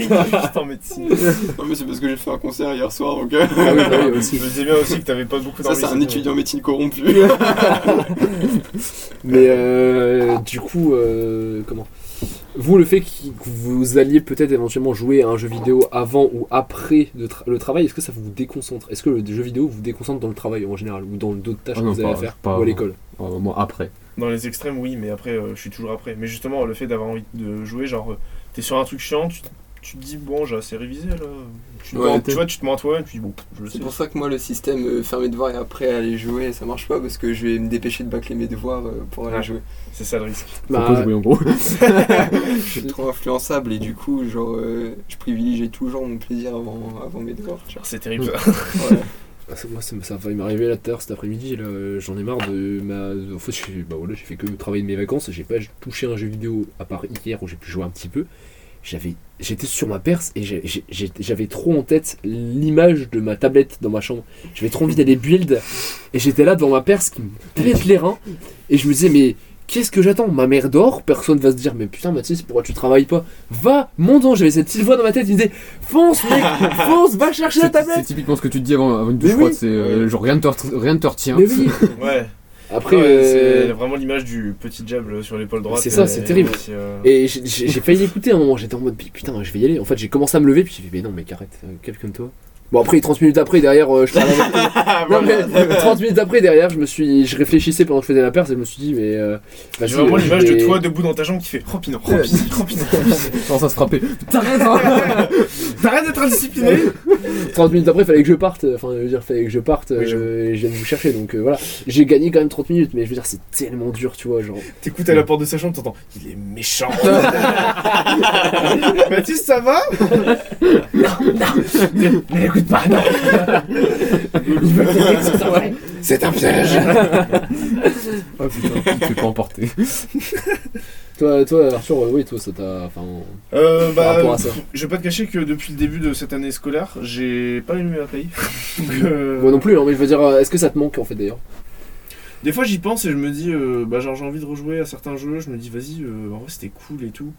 Speaker 3: Il est juste en médecine.
Speaker 2: Non, mais c'est parce que j'ai fait un concert hier soir donc. euh.
Speaker 1: Ah oui, bah oui,
Speaker 3: Je
Speaker 1: aussi.
Speaker 3: me disais bien aussi que t'avais pas beaucoup
Speaker 2: Ça,
Speaker 3: dormi.
Speaker 2: c'est un
Speaker 3: cette
Speaker 2: étudiant en médecine corrompu.
Speaker 1: Mais euh, du coup, euh, comment Vous, le fait qu'il- que vous alliez peut-être éventuellement jouer à un jeu vidéo avant ou après de tra- le travail, est-ce que ça vous déconcentre Est-ce que le jeu vidéo vous déconcentre dans le travail en général ou dans d'autres tâches
Speaker 5: Ah
Speaker 1: que
Speaker 5: non,
Speaker 1: vous avez à
Speaker 5: pas-
Speaker 1: faire
Speaker 5: pas
Speaker 1: ou à
Speaker 5: avant.
Speaker 1: l'école
Speaker 5: Oh, moi après.
Speaker 3: Dans les extrêmes, oui, mais après, euh, je suis toujours après. Mais justement, le fait d'avoir envie de jouer, genre, euh, t'es sur un truc chiant, tu, tu te dis, bon, j'ai assez révisé là. Tu, te
Speaker 2: Ouais,
Speaker 3: mens-
Speaker 2: t'es-
Speaker 3: tu vois, tu te mens à toi-même, tu dis, bon, je le sais.
Speaker 2: C'est pour ça que moi, le système euh, faire mes devoirs et après aller jouer, ça marche pas parce que je vais me dépêcher de bâcler mes devoirs euh, pour aller
Speaker 3: Ouais.
Speaker 2: jouer.
Speaker 3: C'est ça le risque.
Speaker 5: Faut
Speaker 1: Bah,
Speaker 5: pas jouer en gros.
Speaker 2: Je suis trop influençable et du coup, genre, euh, je privilégie toujours mon plaisir avant, avant mes devoirs. tu
Speaker 3: Genre, C'est terrible ça.
Speaker 2: vois. Ouais.
Speaker 1: Ah, ça- Moi, ça, me- ça va m'arriver là tout à l'heure cet après-midi. là, euh, J'en ai marre de ma. En fait, j'ai bah, voilà, j'ai fait que travailler de mes vacances. J'ai pas touché un jeu vidéo à part hier où j'ai pu jouer un petit peu. J'avais, j'étais sur ma perse et j'ai- j'ai- j'ai- j'avais trop en tête l'image de ma tablette dans ma chambre. J'avais trop envie d'aller build et j'étais là devant ma perse qui me pète les reins et je me disais mais qu'est-ce que j'attends Ma mère dort, personne va se dire mais putain Mathis pourquoi tu travailles pas Va, monte-en. J'avais cette petite voix dans ma tête qui me disait fonce mec, fonce, va chercher la
Speaker 5: C'est c'est
Speaker 1: tablette.
Speaker 5: typiquement ce que tu te dis avant, avant une douche
Speaker 1: Mais
Speaker 5: froide,
Speaker 1: oui.
Speaker 5: c'est euh, genre rien ne te, re- rien ne te retient.
Speaker 1: Mais oui.
Speaker 3: Ouais.
Speaker 1: Après,
Speaker 3: Ouais,
Speaker 1: euh,
Speaker 3: c'est vraiment l'image du petit diable sur l'épaule droite.
Speaker 1: C'est ça,
Speaker 3: et-
Speaker 1: c'est terrible.
Speaker 3: et, euh,
Speaker 1: Et j'ai- j'ai j'ai failli l'écouter à un moment, j'étais en mode putain, je vais y aller. En fait, j'ai commencé à me lever, puis j'ai fait mais non, mais arrête, euh, calme-toi. Bon, après, 30 minutes après, derrière, euh, je parlais avec toi. Non, mais 30 minutes après, derrière, je me suis. Je réfléchissais pendant que je faisais la perse et je me suis dit, mais. Euh, vas-y,
Speaker 3: J'ai vraiment
Speaker 1: euh,
Speaker 3: l'image
Speaker 1: je vais-
Speaker 3: de toi debout dans ta jambe qui fait oh, Rampinant, rampinant, rampinant.
Speaker 5: Je commence à se frapper. T'arrêtes hein
Speaker 3: T'arrêtes d'être indiscipliné
Speaker 1: 30 minutes après, fallait que je parte. euh, Enfin, je veux dire, fallait que je parte
Speaker 3: Oui,
Speaker 1: euh, et je vienne vous chercher. Donc euh, voilà, j'ai gagné quand même 30 minutes, mais je veux dire, c'est tellement dur, tu vois. Genre,
Speaker 3: T'écoutes à la porte de sa chambre, t'entends Il est méchant Mathis, ça va bah,
Speaker 1: c'est un piège
Speaker 5: Oh putain, tu te fais pas emporter.
Speaker 1: Toi, toi Arthur, euh, oui, toi, ça t'a. Enfin,
Speaker 3: Euh,
Speaker 1: par
Speaker 3: bah,
Speaker 1: rapport à ça.
Speaker 3: je vais pas te cacher que depuis le début de cette année scolaire, j'ai pas aimé ma paye. Donc, euh,
Speaker 1: Moi non plus, hein, mais je veux dire, euh, est-ce que ça te manque en fait d'ailleurs
Speaker 3: Des fois, j'y pense et je me dis, euh, bah, genre, j'ai envie de rejouer à certains jeux. Je me dis, vas-y, euh, en vrai, c'était cool et tout.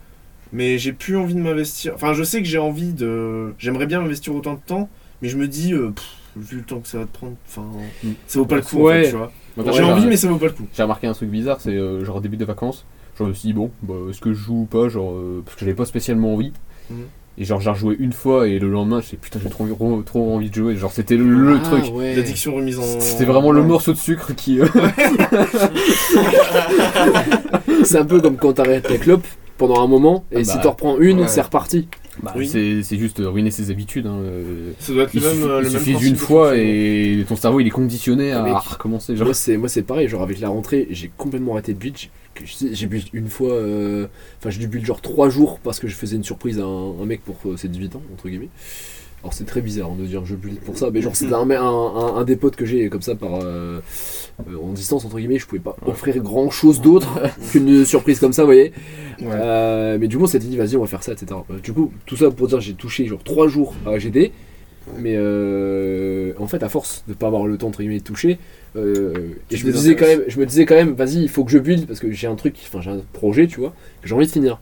Speaker 3: Mais j'ai plus envie de m'investir. Enfin, je sais que j'ai envie de. J'aimerais bien m'investir autant de temps, mais je me dis, euh, pff, vu le temps que ça va te prendre, enfin,
Speaker 5: Mm.
Speaker 3: ça vaut pas le coup, en
Speaker 5: Ouais.
Speaker 3: fait, tu vois. j'ai
Speaker 1: bah.
Speaker 5: Ouais, bah.
Speaker 3: envie, mais ça vaut pas le coup.
Speaker 5: J'ai remarqué un truc bizarre, c'est euh, genre au début des vacances, genre je me suis dit bon, bah, est-ce que je joue ou pas, genre euh, parce que j'avais pas spécialement envie.
Speaker 1: Mm.
Speaker 3: Mhm.
Speaker 5: Et genre j'ai rejoué une fois et le lendemain j'ai putain j'ai trop, envie- trop envie de jouer, genre c'était le, le
Speaker 1: Ah,
Speaker 5: truc.
Speaker 1: ouais.
Speaker 3: L'addiction remise en.
Speaker 5: C'était vraiment le morceau de sucre qui. euh,
Speaker 1: C'est un peu comme quand t'arrêtes ta clope pendant un moment et
Speaker 5: Ah
Speaker 1: si
Speaker 5: bah,
Speaker 1: t'en reprends une,
Speaker 2: ouais.
Speaker 1: c'est reparti.
Speaker 5: bah,
Speaker 3: Oui.
Speaker 5: c'est, c'est juste ruiner ses habitudes. hein, euh,
Speaker 3: Ça doit être
Speaker 5: il
Speaker 3: le même.
Speaker 5: suffi-
Speaker 3: euh,
Speaker 5: il
Speaker 3: le même
Speaker 5: suffit
Speaker 3: principe
Speaker 5: d'une
Speaker 3: de
Speaker 5: fois
Speaker 3: fonctionnement.
Speaker 5: et ton cerveau il est conditionné à
Speaker 1: Ah, mec.
Speaker 5: recommencer. Genre.
Speaker 1: Moi c'est moi c'est pareil, genre avec la rentrée, j'ai complètement arrêté de build. J'ai- que je sais, J'ai build une fois, euh, enfin j'ai dû build genre trois jours parce que je faisais une surprise à un, un mec pour euh, ses 18 ans entre guillemets. Alors c'est très bizarre hein, de dire je build pour ça, mais genre c'était un, un, un- un des potes que j'ai comme ça par euh, euh, en distance entre guillemets, je pouvais pas offrir grand chose d'autre qu'une surprise comme ça, vous voyez.
Speaker 3: Ouais.
Speaker 1: Euh, mais du coup, on s'était dit, vas-y, on va faire ça, etc. Euh, Du coup, tout ça pour dire, j'ai touché genre 3 jours à GD. Mais euh, en fait, à force de pas avoir le temps entre guillemets de toucher, euh, et
Speaker 3: Tu
Speaker 1: je me disais quand
Speaker 3: désintéresses.
Speaker 1: même, je me disais quand même, vas-y, il faut que je build parce que j'ai un truc, enfin j'ai un projet, tu vois, que j'ai envie de finir.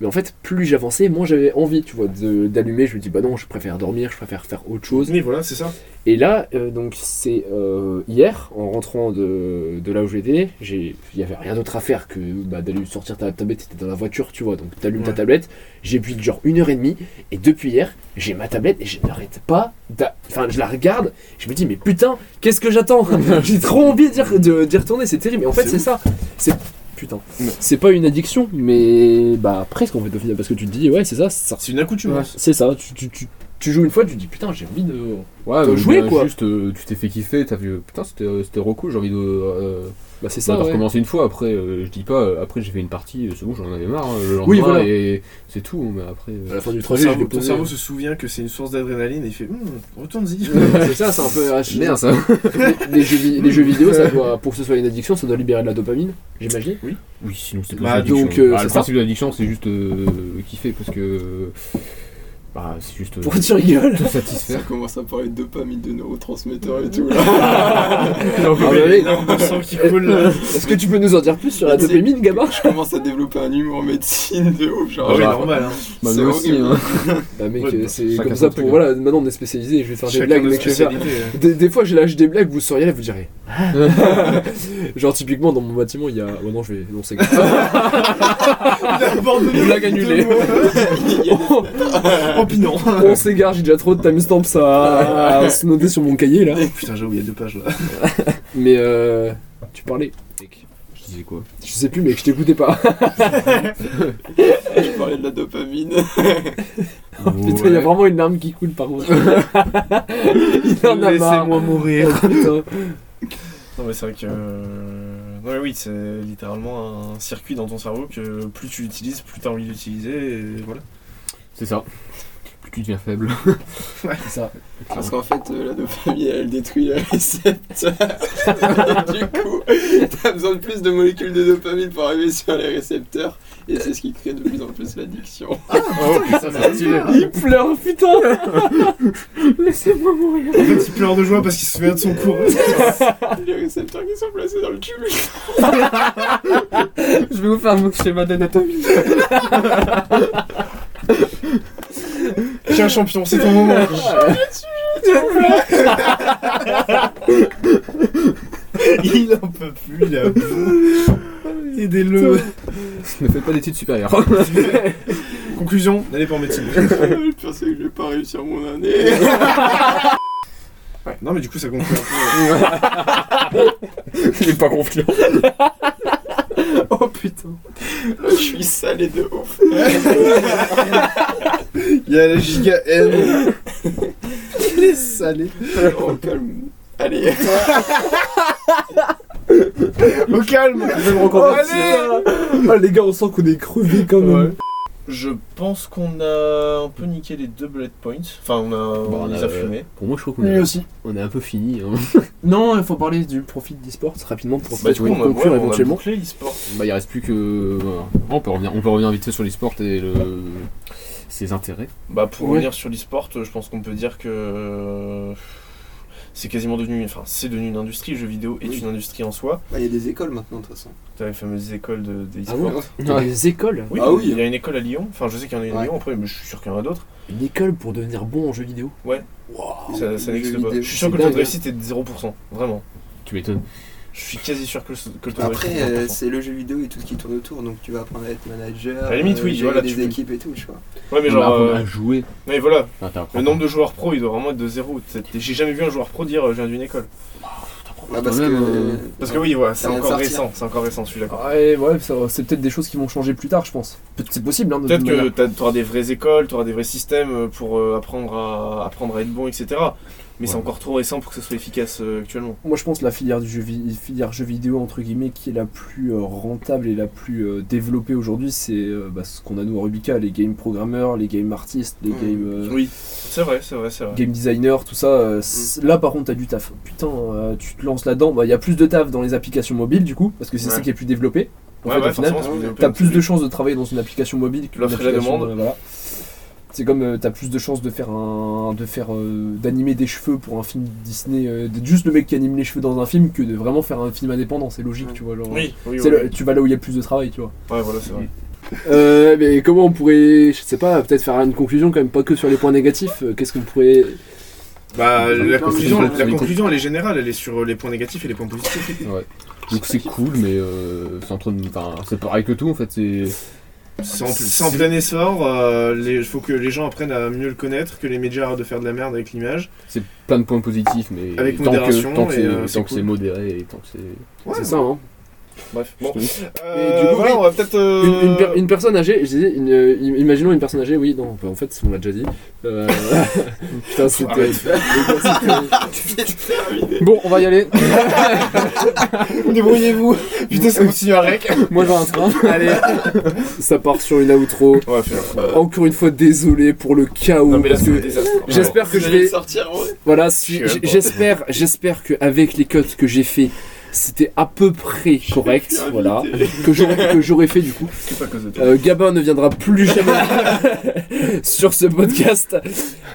Speaker 1: Mais en fait, plus j'avançais, moins j'avais envie, tu vois, de- d'allumer. Je me dis, bah non, je préfère dormir, je préfère faire autre chose.
Speaker 3: Mais voilà, c'est ça.
Speaker 1: Et là, euh, donc c'est euh, hier, en rentrant de, de là où j'étais, j'ai- il n'y avait rien d'autre à faire que bah, d'aller sortir ta tablette, t'étais dans la voiture, tu vois, donc t'allumes ta
Speaker 3: Ouais.
Speaker 1: tablette, j'ai bu genre une heure et demie, et depuis hier, j'ai ma tablette et je n'arrête pas, d'a- enfin je la regarde, je me dis mais putain, qu'est-ce que j'attends J'ai trop envie d'y re- de- d'y retourner, c'est terrible, mais en fait c'est ça, c'est... Putain, c'est pas une addiction, mais bah presque en fait au final, parce que tu te dis ouais c'est ça, ça-
Speaker 3: C'est une accoutumance.
Speaker 1: c'est ça, tu, tu, tu, tu joues une fois, tu te dis putain j'ai envie de...
Speaker 5: Ouais,
Speaker 1: T'as
Speaker 5: ou
Speaker 1: joué,
Speaker 5: bien
Speaker 1: quoi.
Speaker 5: euh, Juste, euh, tu t'es fait kiffer, t'as vu, putain, c'était, c'était recool, j'ai envie de. euh,
Speaker 1: Bah, c'est
Speaker 5: Ça
Speaker 1: ça.
Speaker 5: va
Speaker 1: ouais.
Speaker 5: recommencer une fois, après, euh, je dis pas, euh, après j'ai fait une partie, euh, c'est bon, j'en avais marre, hein, le lendemain,
Speaker 1: Oui, voilà.
Speaker 5: et c'est tout, mais après... euh,
Speaker 1: À la fin du
Speaker 3: Ton
Speaker 1: trajet, je
Speaker 3: cerveau,
Speaker 1: l'ai
Speaker 3: ton
Speaker 1: posé.
Speaker 3: cerveau se souvient que c'est une source d'adrénaline et il fait Hum, retourne-y.
Speaker 1: c'est ça, c'est un peu ah, je-
Speaker 5: Bien ça
Speaker 1: Les, les jeux, vi- les jeux vidéo, ça doit, pour que ce soit une addiction, ça doit libérer de la dopamine, j'imagine.
Speaker 5: Oui, sinon c'est
Speaker 3: Bah,
Speaker 5: pas une addiction.
Speaker 1: donc, euh,
Speaker 5: Bah,
Speaker 1: c'est
Speaker 5: le
Speaker 1: ça.
Speaker 5: principe de l'addiction, c'est juste euh, kiffer, parce que... euh, Bah, c'est juste... euh,
Speaker 1: Pourquoi tu rigoles
Speaker 5: te
Speaker 2: Ça
Speaker 5: satisfaire.
Speaker 2: commence à parler de dopamine, de neurotransmetteurs et tout. Là.
Speaker 1: Ah, bah oui.
Speaker 3: On sent qu'il coule Ah là.
Speaker 1: Est-ce que tu peux nous en dire plus sur la
Speaker 2: C'est- Ah,
Speaker 1: dopamine, gamin
Speaker 2: Je commence à développer un humour en médecine de ouf. Genre,
Speaker 3: Ah ouais,
Speaker 2: genre,
Speaker 3: normal. Hein.
Speaker 5: Bah,
Speaker 2: c'est
Speaker 5: nous aussi,
Speaker 2: horrible.
Speaker 5: hein.
Speaker 1: Bah mec,
Speaker 3: Ouais,
Speaker 1: euh,
Speaker 3: bah,
Speaker 1: c'est
Speaker 5: chacun
Speaker 1: comme
Speaker 5: son
Speaker 1: ça
Speaker 5: truc,
Speaker 1: pour voilà. Maintenant on est spécialisé, je vais faire des
Speaker 3: Chacun
Speaker 1: blagues,
Speaker 3: nos
Speaker 1: mec. je vais faire-
Speaker 3: spécialités. hein.
Speaker 1: Des, des fois je lâche des blagues, vous seriez là, vous direz. ah. Genre typiquement dans mon bâtiment il y a. Oh non je vais. Non c'est Blague annulée.
Speaker 3: Oh, pinant.
Speaker 1: On s'égare, j'ai déjà trop de timestamps à, à se noter sur mon cahier là.
Speaker 3: Putain, j'ai oublié deux pages là.
Speaker 1: Mais euh, tu parlais.
Speaker 5: Je disais quoi
Speaker 1: Je sais plus mec, je t'écoutais pas.
Speaker 2: Je parlais de la dopamine.
Speaker 1: Putain, il y a vraiment une larme qui coule par contre. il en a marre.
Speaker 3: Laissez-moi mourir.
Speaker 1: Oh, putain.
Speaker 3: Non mais c'est vrai que... euh, Ouais oui, c'est littéralement un circuit dans ton cerveau que plus tu l'utilises, plus t'as envie d'utiliser, et voilà.
Speaker 5: C'est ça. Plus tu deviens faible.
Speaker 1: C'est ça.
Speaker 2: Parce qu'en fait, euh, la dopamine, elle détruit les récepteurs. Et du coup, t'as besoin de plus de molécules de dopamine pour arriver sur les récepteurs. Et c'est ce qui crée de plus en plus l'addiction.
Speaker 3: Ah,
Speaker 5: Oh putain, c'est stylé.
Speaker 1: Il pleure, putain Laissez-moi mourir
Speaker 3: En fait, il pleure de joie parce qu'il se souvient de son cours.
Speaker 2: Les récepteurs qui sont placés dans le cul.
Speaker 4: Je vais vous faire mon schéma d'anatomie.
Speaker 3: Tiens champion, c'est ton moment. il en peut plus, il a Aidez-le.
Speaker 5: Ne faites pas d'études supérieures.
Speaker 3: Conclusion, n'allez pas en médecine.
Speaker 2: Je pensais que je vais pas réussir mon année.
Speaker 3: Non mais du coup ça conclut un peu.
Speaker 5: Je n'ai pas confiant.
Speaker 2: Oh putain. Là, je suis salé de ouf.
Speaker 3: Il y a la giga N. Il est salé.
Speaker 2: Oh, calme. Allez.
Speaker 3: Au calme.
Speaker 1: Je vais me reconvertir. Ah, les gars, on sent qu'on est crevés quand même.
Speaker 3: Ouais. Je pense qu'on a un peu niqué les deux bullet points. Enfin, on, a,
Speaker 5: Bon,
Speaker 3: on,
Speaker 5: on
Speaker 3: les
Speaker 5: a-
Speaker 3: a fumés.
Speaker 5: Pour moi, je trouve qu'on
Speaker 1: Lui
Speaker 5: est,
Speaker 1: aussi.
Speaker 5: on est un peu fini. hein.
Speaker 1: Non, il faut parler du profit d'e-sport rapidement pour
Speaker 3: Bah,
Speaker 1: peut-être
Speaker 3: du coup, on a,
Speaker 1: conclure
Speaker 3: ouais, on a
Speaker 1: éventuellement.
Speaker 3: bouclé l'e-sport.
Speaker 5: Bah, il reste plus que. voilà. On peut revenir, on peut revenir vite fait sur l'e-sport et le... ses intérêts.
Speaker 3: Bah, pour
Speaker 1: Ouais.
Speaker 3: revenir sur l'e-sport, je pense qu'on peut dire que euh, c'est quasiment devenu, enfin, c'est devenu une industrie. Le jeu vidéo est
Speaker 2: Oui.
Speaker 3: une industrie en soi.
Speaker 2: Bah, Il y a des écoles maintenant, de toute façon.
Speaker 3: T'as les fameuses écoles de, de
Speaker 1: Ah
Speaker 3: e-sport.
Speaker 1: ouais Dans les écoles
Speaker 3: oui,
Speaker 2: Ah oui.
Speaker 3: il y a une école à Lyon. Enfin, je sais qu'il y en a une à
Speaker 2: Ouais.
Speaker 3: Lyon. Après, mais je suis sûr qu'il y en a d'autres.
Speaker 1: Une école pour devenir bon en jeu vidéo
Speaker 2: Ah
Speaker 3: ça ça
Speaker 2: les
Speaker 3: n'existe
Speaker 2: jeux
Speaker 3: pas.
Speaker 2: vidéo,
Speaker 3: Je suis sûr
Speaker 1: c'est
Speaker 3: que le taux de
Speaker 1: dingue,
Speaker 3: réussite est de 0%. Vraiment.
Speaker 5: Tu m'étonnes.
Speaker 3: Je suis quasi sûr que, le- que le taux de
Speaker 2: Après,
Speaker 3: réussite
Speaker 2: euh,
Speaker 3: est de 0%.
Speaker 2: c'est le jeu vidéo et tout ce qui tourne autour, donc tu vas apprendre à être manager, euh,
Speaker 3: À la limite, oui,
Speaker 2: gérer
Speaker 3: voilà,
Speaker 2: des
Speaker 3: tu-
Speaker 2: équipes et tout, tu vois.
Speaker 3: Ouais, mais
Speaker 5: On
Speaker 3: genre.
Speaker 5: apprend
Speaker 3: euh,
Speaker 5: à jouer.
Speaker 3: Mais voilà,
Speaker 5: Enfin, t'apprends-
Speaker 3: le nombre de joueurs pro, il doit vraiment être de zéro. C'est- J'ai jamais vu un joueur pro dire euh, je viens d'une école.
Speaker 2: Ah, parce que,
Speaker 5: même, euh,
Speaker 3: Parce que oui, voilà, c'est
Speaker 2: Ça vient de
Speaker 3: encore
Speaker 2: sortir.
Speaker 3: récent, c'est encore récent, je suis d'accord.
Speaker 1: Ouais, ouais, ça- c'est peut-être des choses qui vont changer plus tard, je pense. Peut- C'est possible, hein, de
Speaker 3: Peut-être
Speaker 1: toute
Speaker 3: que
Speaker 1: manière.
Speaker 3: t'as- t'auras des vraies écoles, t'auras des vrais systèmes euh, pour euh, apprendre à apprendre à être bon, etc. Mais c'est
Speaker 5: Ouais.
Speaker 3: encore trop récent pour que ce soit efficace euh, actuellement.
Speaker 1: Moi, je pense la filière du jeu, vi- filière jeu vidéo entre guillemets qui est la plus euh, rentable et la plus euh, développée aujourd'hui, c'est euh, bah, ce qu'on a nous à Rubica, les game programmeurs, les game artistes, les
Speaker 2: Mm.
Speaker 1: game euh,
Speaker 3: Mmh. Oui, Mmh. c'est vrai, c'est vrai, c'est vrai.
Speaker 1: game designer, tout ça. euh, c'est- Là, par contre, t'as du taf. Putain, euh, tu te lances là-dedans. Bah, il y a plus de taf dans les applications mobiles du coup, parce que c'est
Speaker 3: Ouais.
Speaker 1: ça qui est plus développé. En
Speaker 3: Ouais,
Speaker 1: fait,
Speaker 3: ouais,
Speaker 1: au final,
Speaker 3: forcément, c'est plus
Speaker 2: t'as
Speaker 3: développé.
Speaker 1: T'as plus de chances de travailler dans une application mobile que
Speaker 3: Euh, L'offre et la demande.
Speaker 1: voilà. C'est comme euh, t'as plus de chances de faire un, de faire euh, d'animer des cheveux pour un film Disney, euh, d'être juste le mec qui anime les cheveux dans un film que de vraiment faire un film indépendant. C'est logique,
Speaker 2: Ouais.
Speaker 1: tu vois. genre. euh,
Speaker 3: Oui, oui, oui.
Speaker 1: C'est le-
Speaker 3: oui.
Speaker 1: tu vas là où il y a le plus de travail, tu vois.
Speaker 3: Ouais, voilà, c'est vrai.
Speaker 1: Euh, mais comment on pourrait, je sais pas, peut-être faire une conclusion quand même, pas que sur les points négatifs. euh, Qu'est-ce que vous pourrez.
Speaker 3: Bah,
Speaker 5: la
Speaker 3: la conclusion,
Speaker 5: conclusion,
Speaker 3: la
Speaker 5: elle est-
Speaker 3: conclusion, elle est générale, elle est sur euh, les points négatifs et les points positifs.
Speaker 5: Ouais. Donc c'est cool, mais euh, c'est en train de- enfin, c'est pareil que tout en fait. C'est
Speaker 3: C'est en, c'est en plein essor, euh, il faut que les gens apprennent à mieux le connaître, que les médias arrêtent de faire de la merde avec l'image.
Speaker 5: c'est plein de points positifs, mais
Speaker 3: Avec
Speaker 5: tant que
Speaker 3: modération
Speaker 5: tant que
Speaker 3: et,
Speaker 5: c'est
Speaker 3: euh,
Speaker 5: tant
Speaker 3: c'est
Speaker 5: que c'est
Speaker 3: cool. bah,
Speaker 5: modéré et tant que c'est
Speaker 1: c'est ça, hein.
Speaker 3: Bref, bon.
Speaker 1: Et
Speaker 3: Euh,
Speaker 1: du coup,
Speaker 3: voilà,
Speaker 1: oui.
Speaker 3: on va peut-être. euh,
Speaker 1: Une, une per- une personne âgée, je disais, une, euh, im- imaginons une personne âgée, oui, non, bah, en fait, on l'a déjà dit. Euh, putain, c'était.
Speaker 4: Bon, on va y aller.
Speaker 3: Débrouillez-vous Putain, ça continue à rec
Speaker 4: Moi, j'ai un train.
Speaker 1: Allez, ça part sur une outro.
Speaker 3: On va faire. Euh,
Speaker 1: Encore une fois, désolé pour le chaos.
Speaker 3: Non, mais là,
Speaker 1: parce
Speaker 3: c'est un
Speaker 1: que
Speaker 3: désastre.
Speaker 1: J'espère que
Speaker 2: Vous
Speaker 1: je
Speaker 2: allez
Speaker 1: vais.
Speaker 2: sortir, ouais.
Speaker 1: Voilà, si-
Speaker 3: Je sais même pas.
Speaker 1: j'espère, j'espère que avec les cuts que j'ai fait, c'était à peu près correct. Voilà, que j'aurais que j'aurais fait du coup.
Speaker 3: C'est pas à cause de toi.
Speaker 1: Euh, Gabin ne viendra plus jamais sur ce podcast.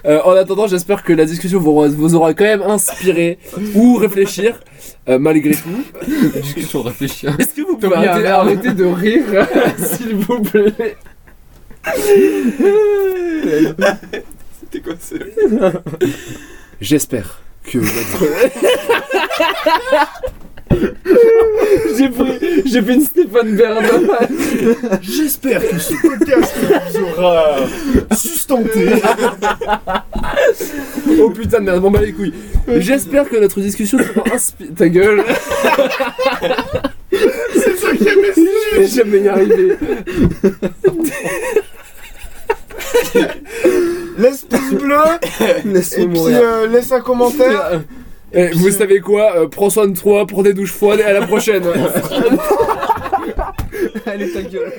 Speaker 1: Euh, en attendant, j'espère que la discussion vous aura, vous aura quand même inspiré ou réfléchir euh, malgré tout.
Speaker 5: Discussion réfléchie.
Speaker 1: Est-ce que vous pouvez
Speaker 4: Tommy,
Speaker 1: arrêter,
Speaker 4: Bah, arrêtez, arrêtez de rire.
Speaker 1: s'il vous plaît
Speaker 2: C'était quoi ce-
Speaker 1: J'espère que votre-
Speaker 4: J'ai pris, j'ai fait une Stéphane Bernard.
Speaker 3: J'espère que ce podcast vous aura sustenté.
Speaker 1: oh putain de merde, m'en bats les couilles. J'espère que notre discussion t'aura inspiré. Ta gueule.
Speaker 3: C'est ça qui est
Speaker 1: Je vais jamais y arriver.
Speaker 3: Laisse pouce bleu et
Speaker 4: Laisse-moi
Speaker 3: puis euh, laisse un commentaire.
Speaker 1: Eh, vous savez quoi euh, Prends soin de toi, prends des douches froides et à la prochaine.
Speaker 4: Allez, ta gueule.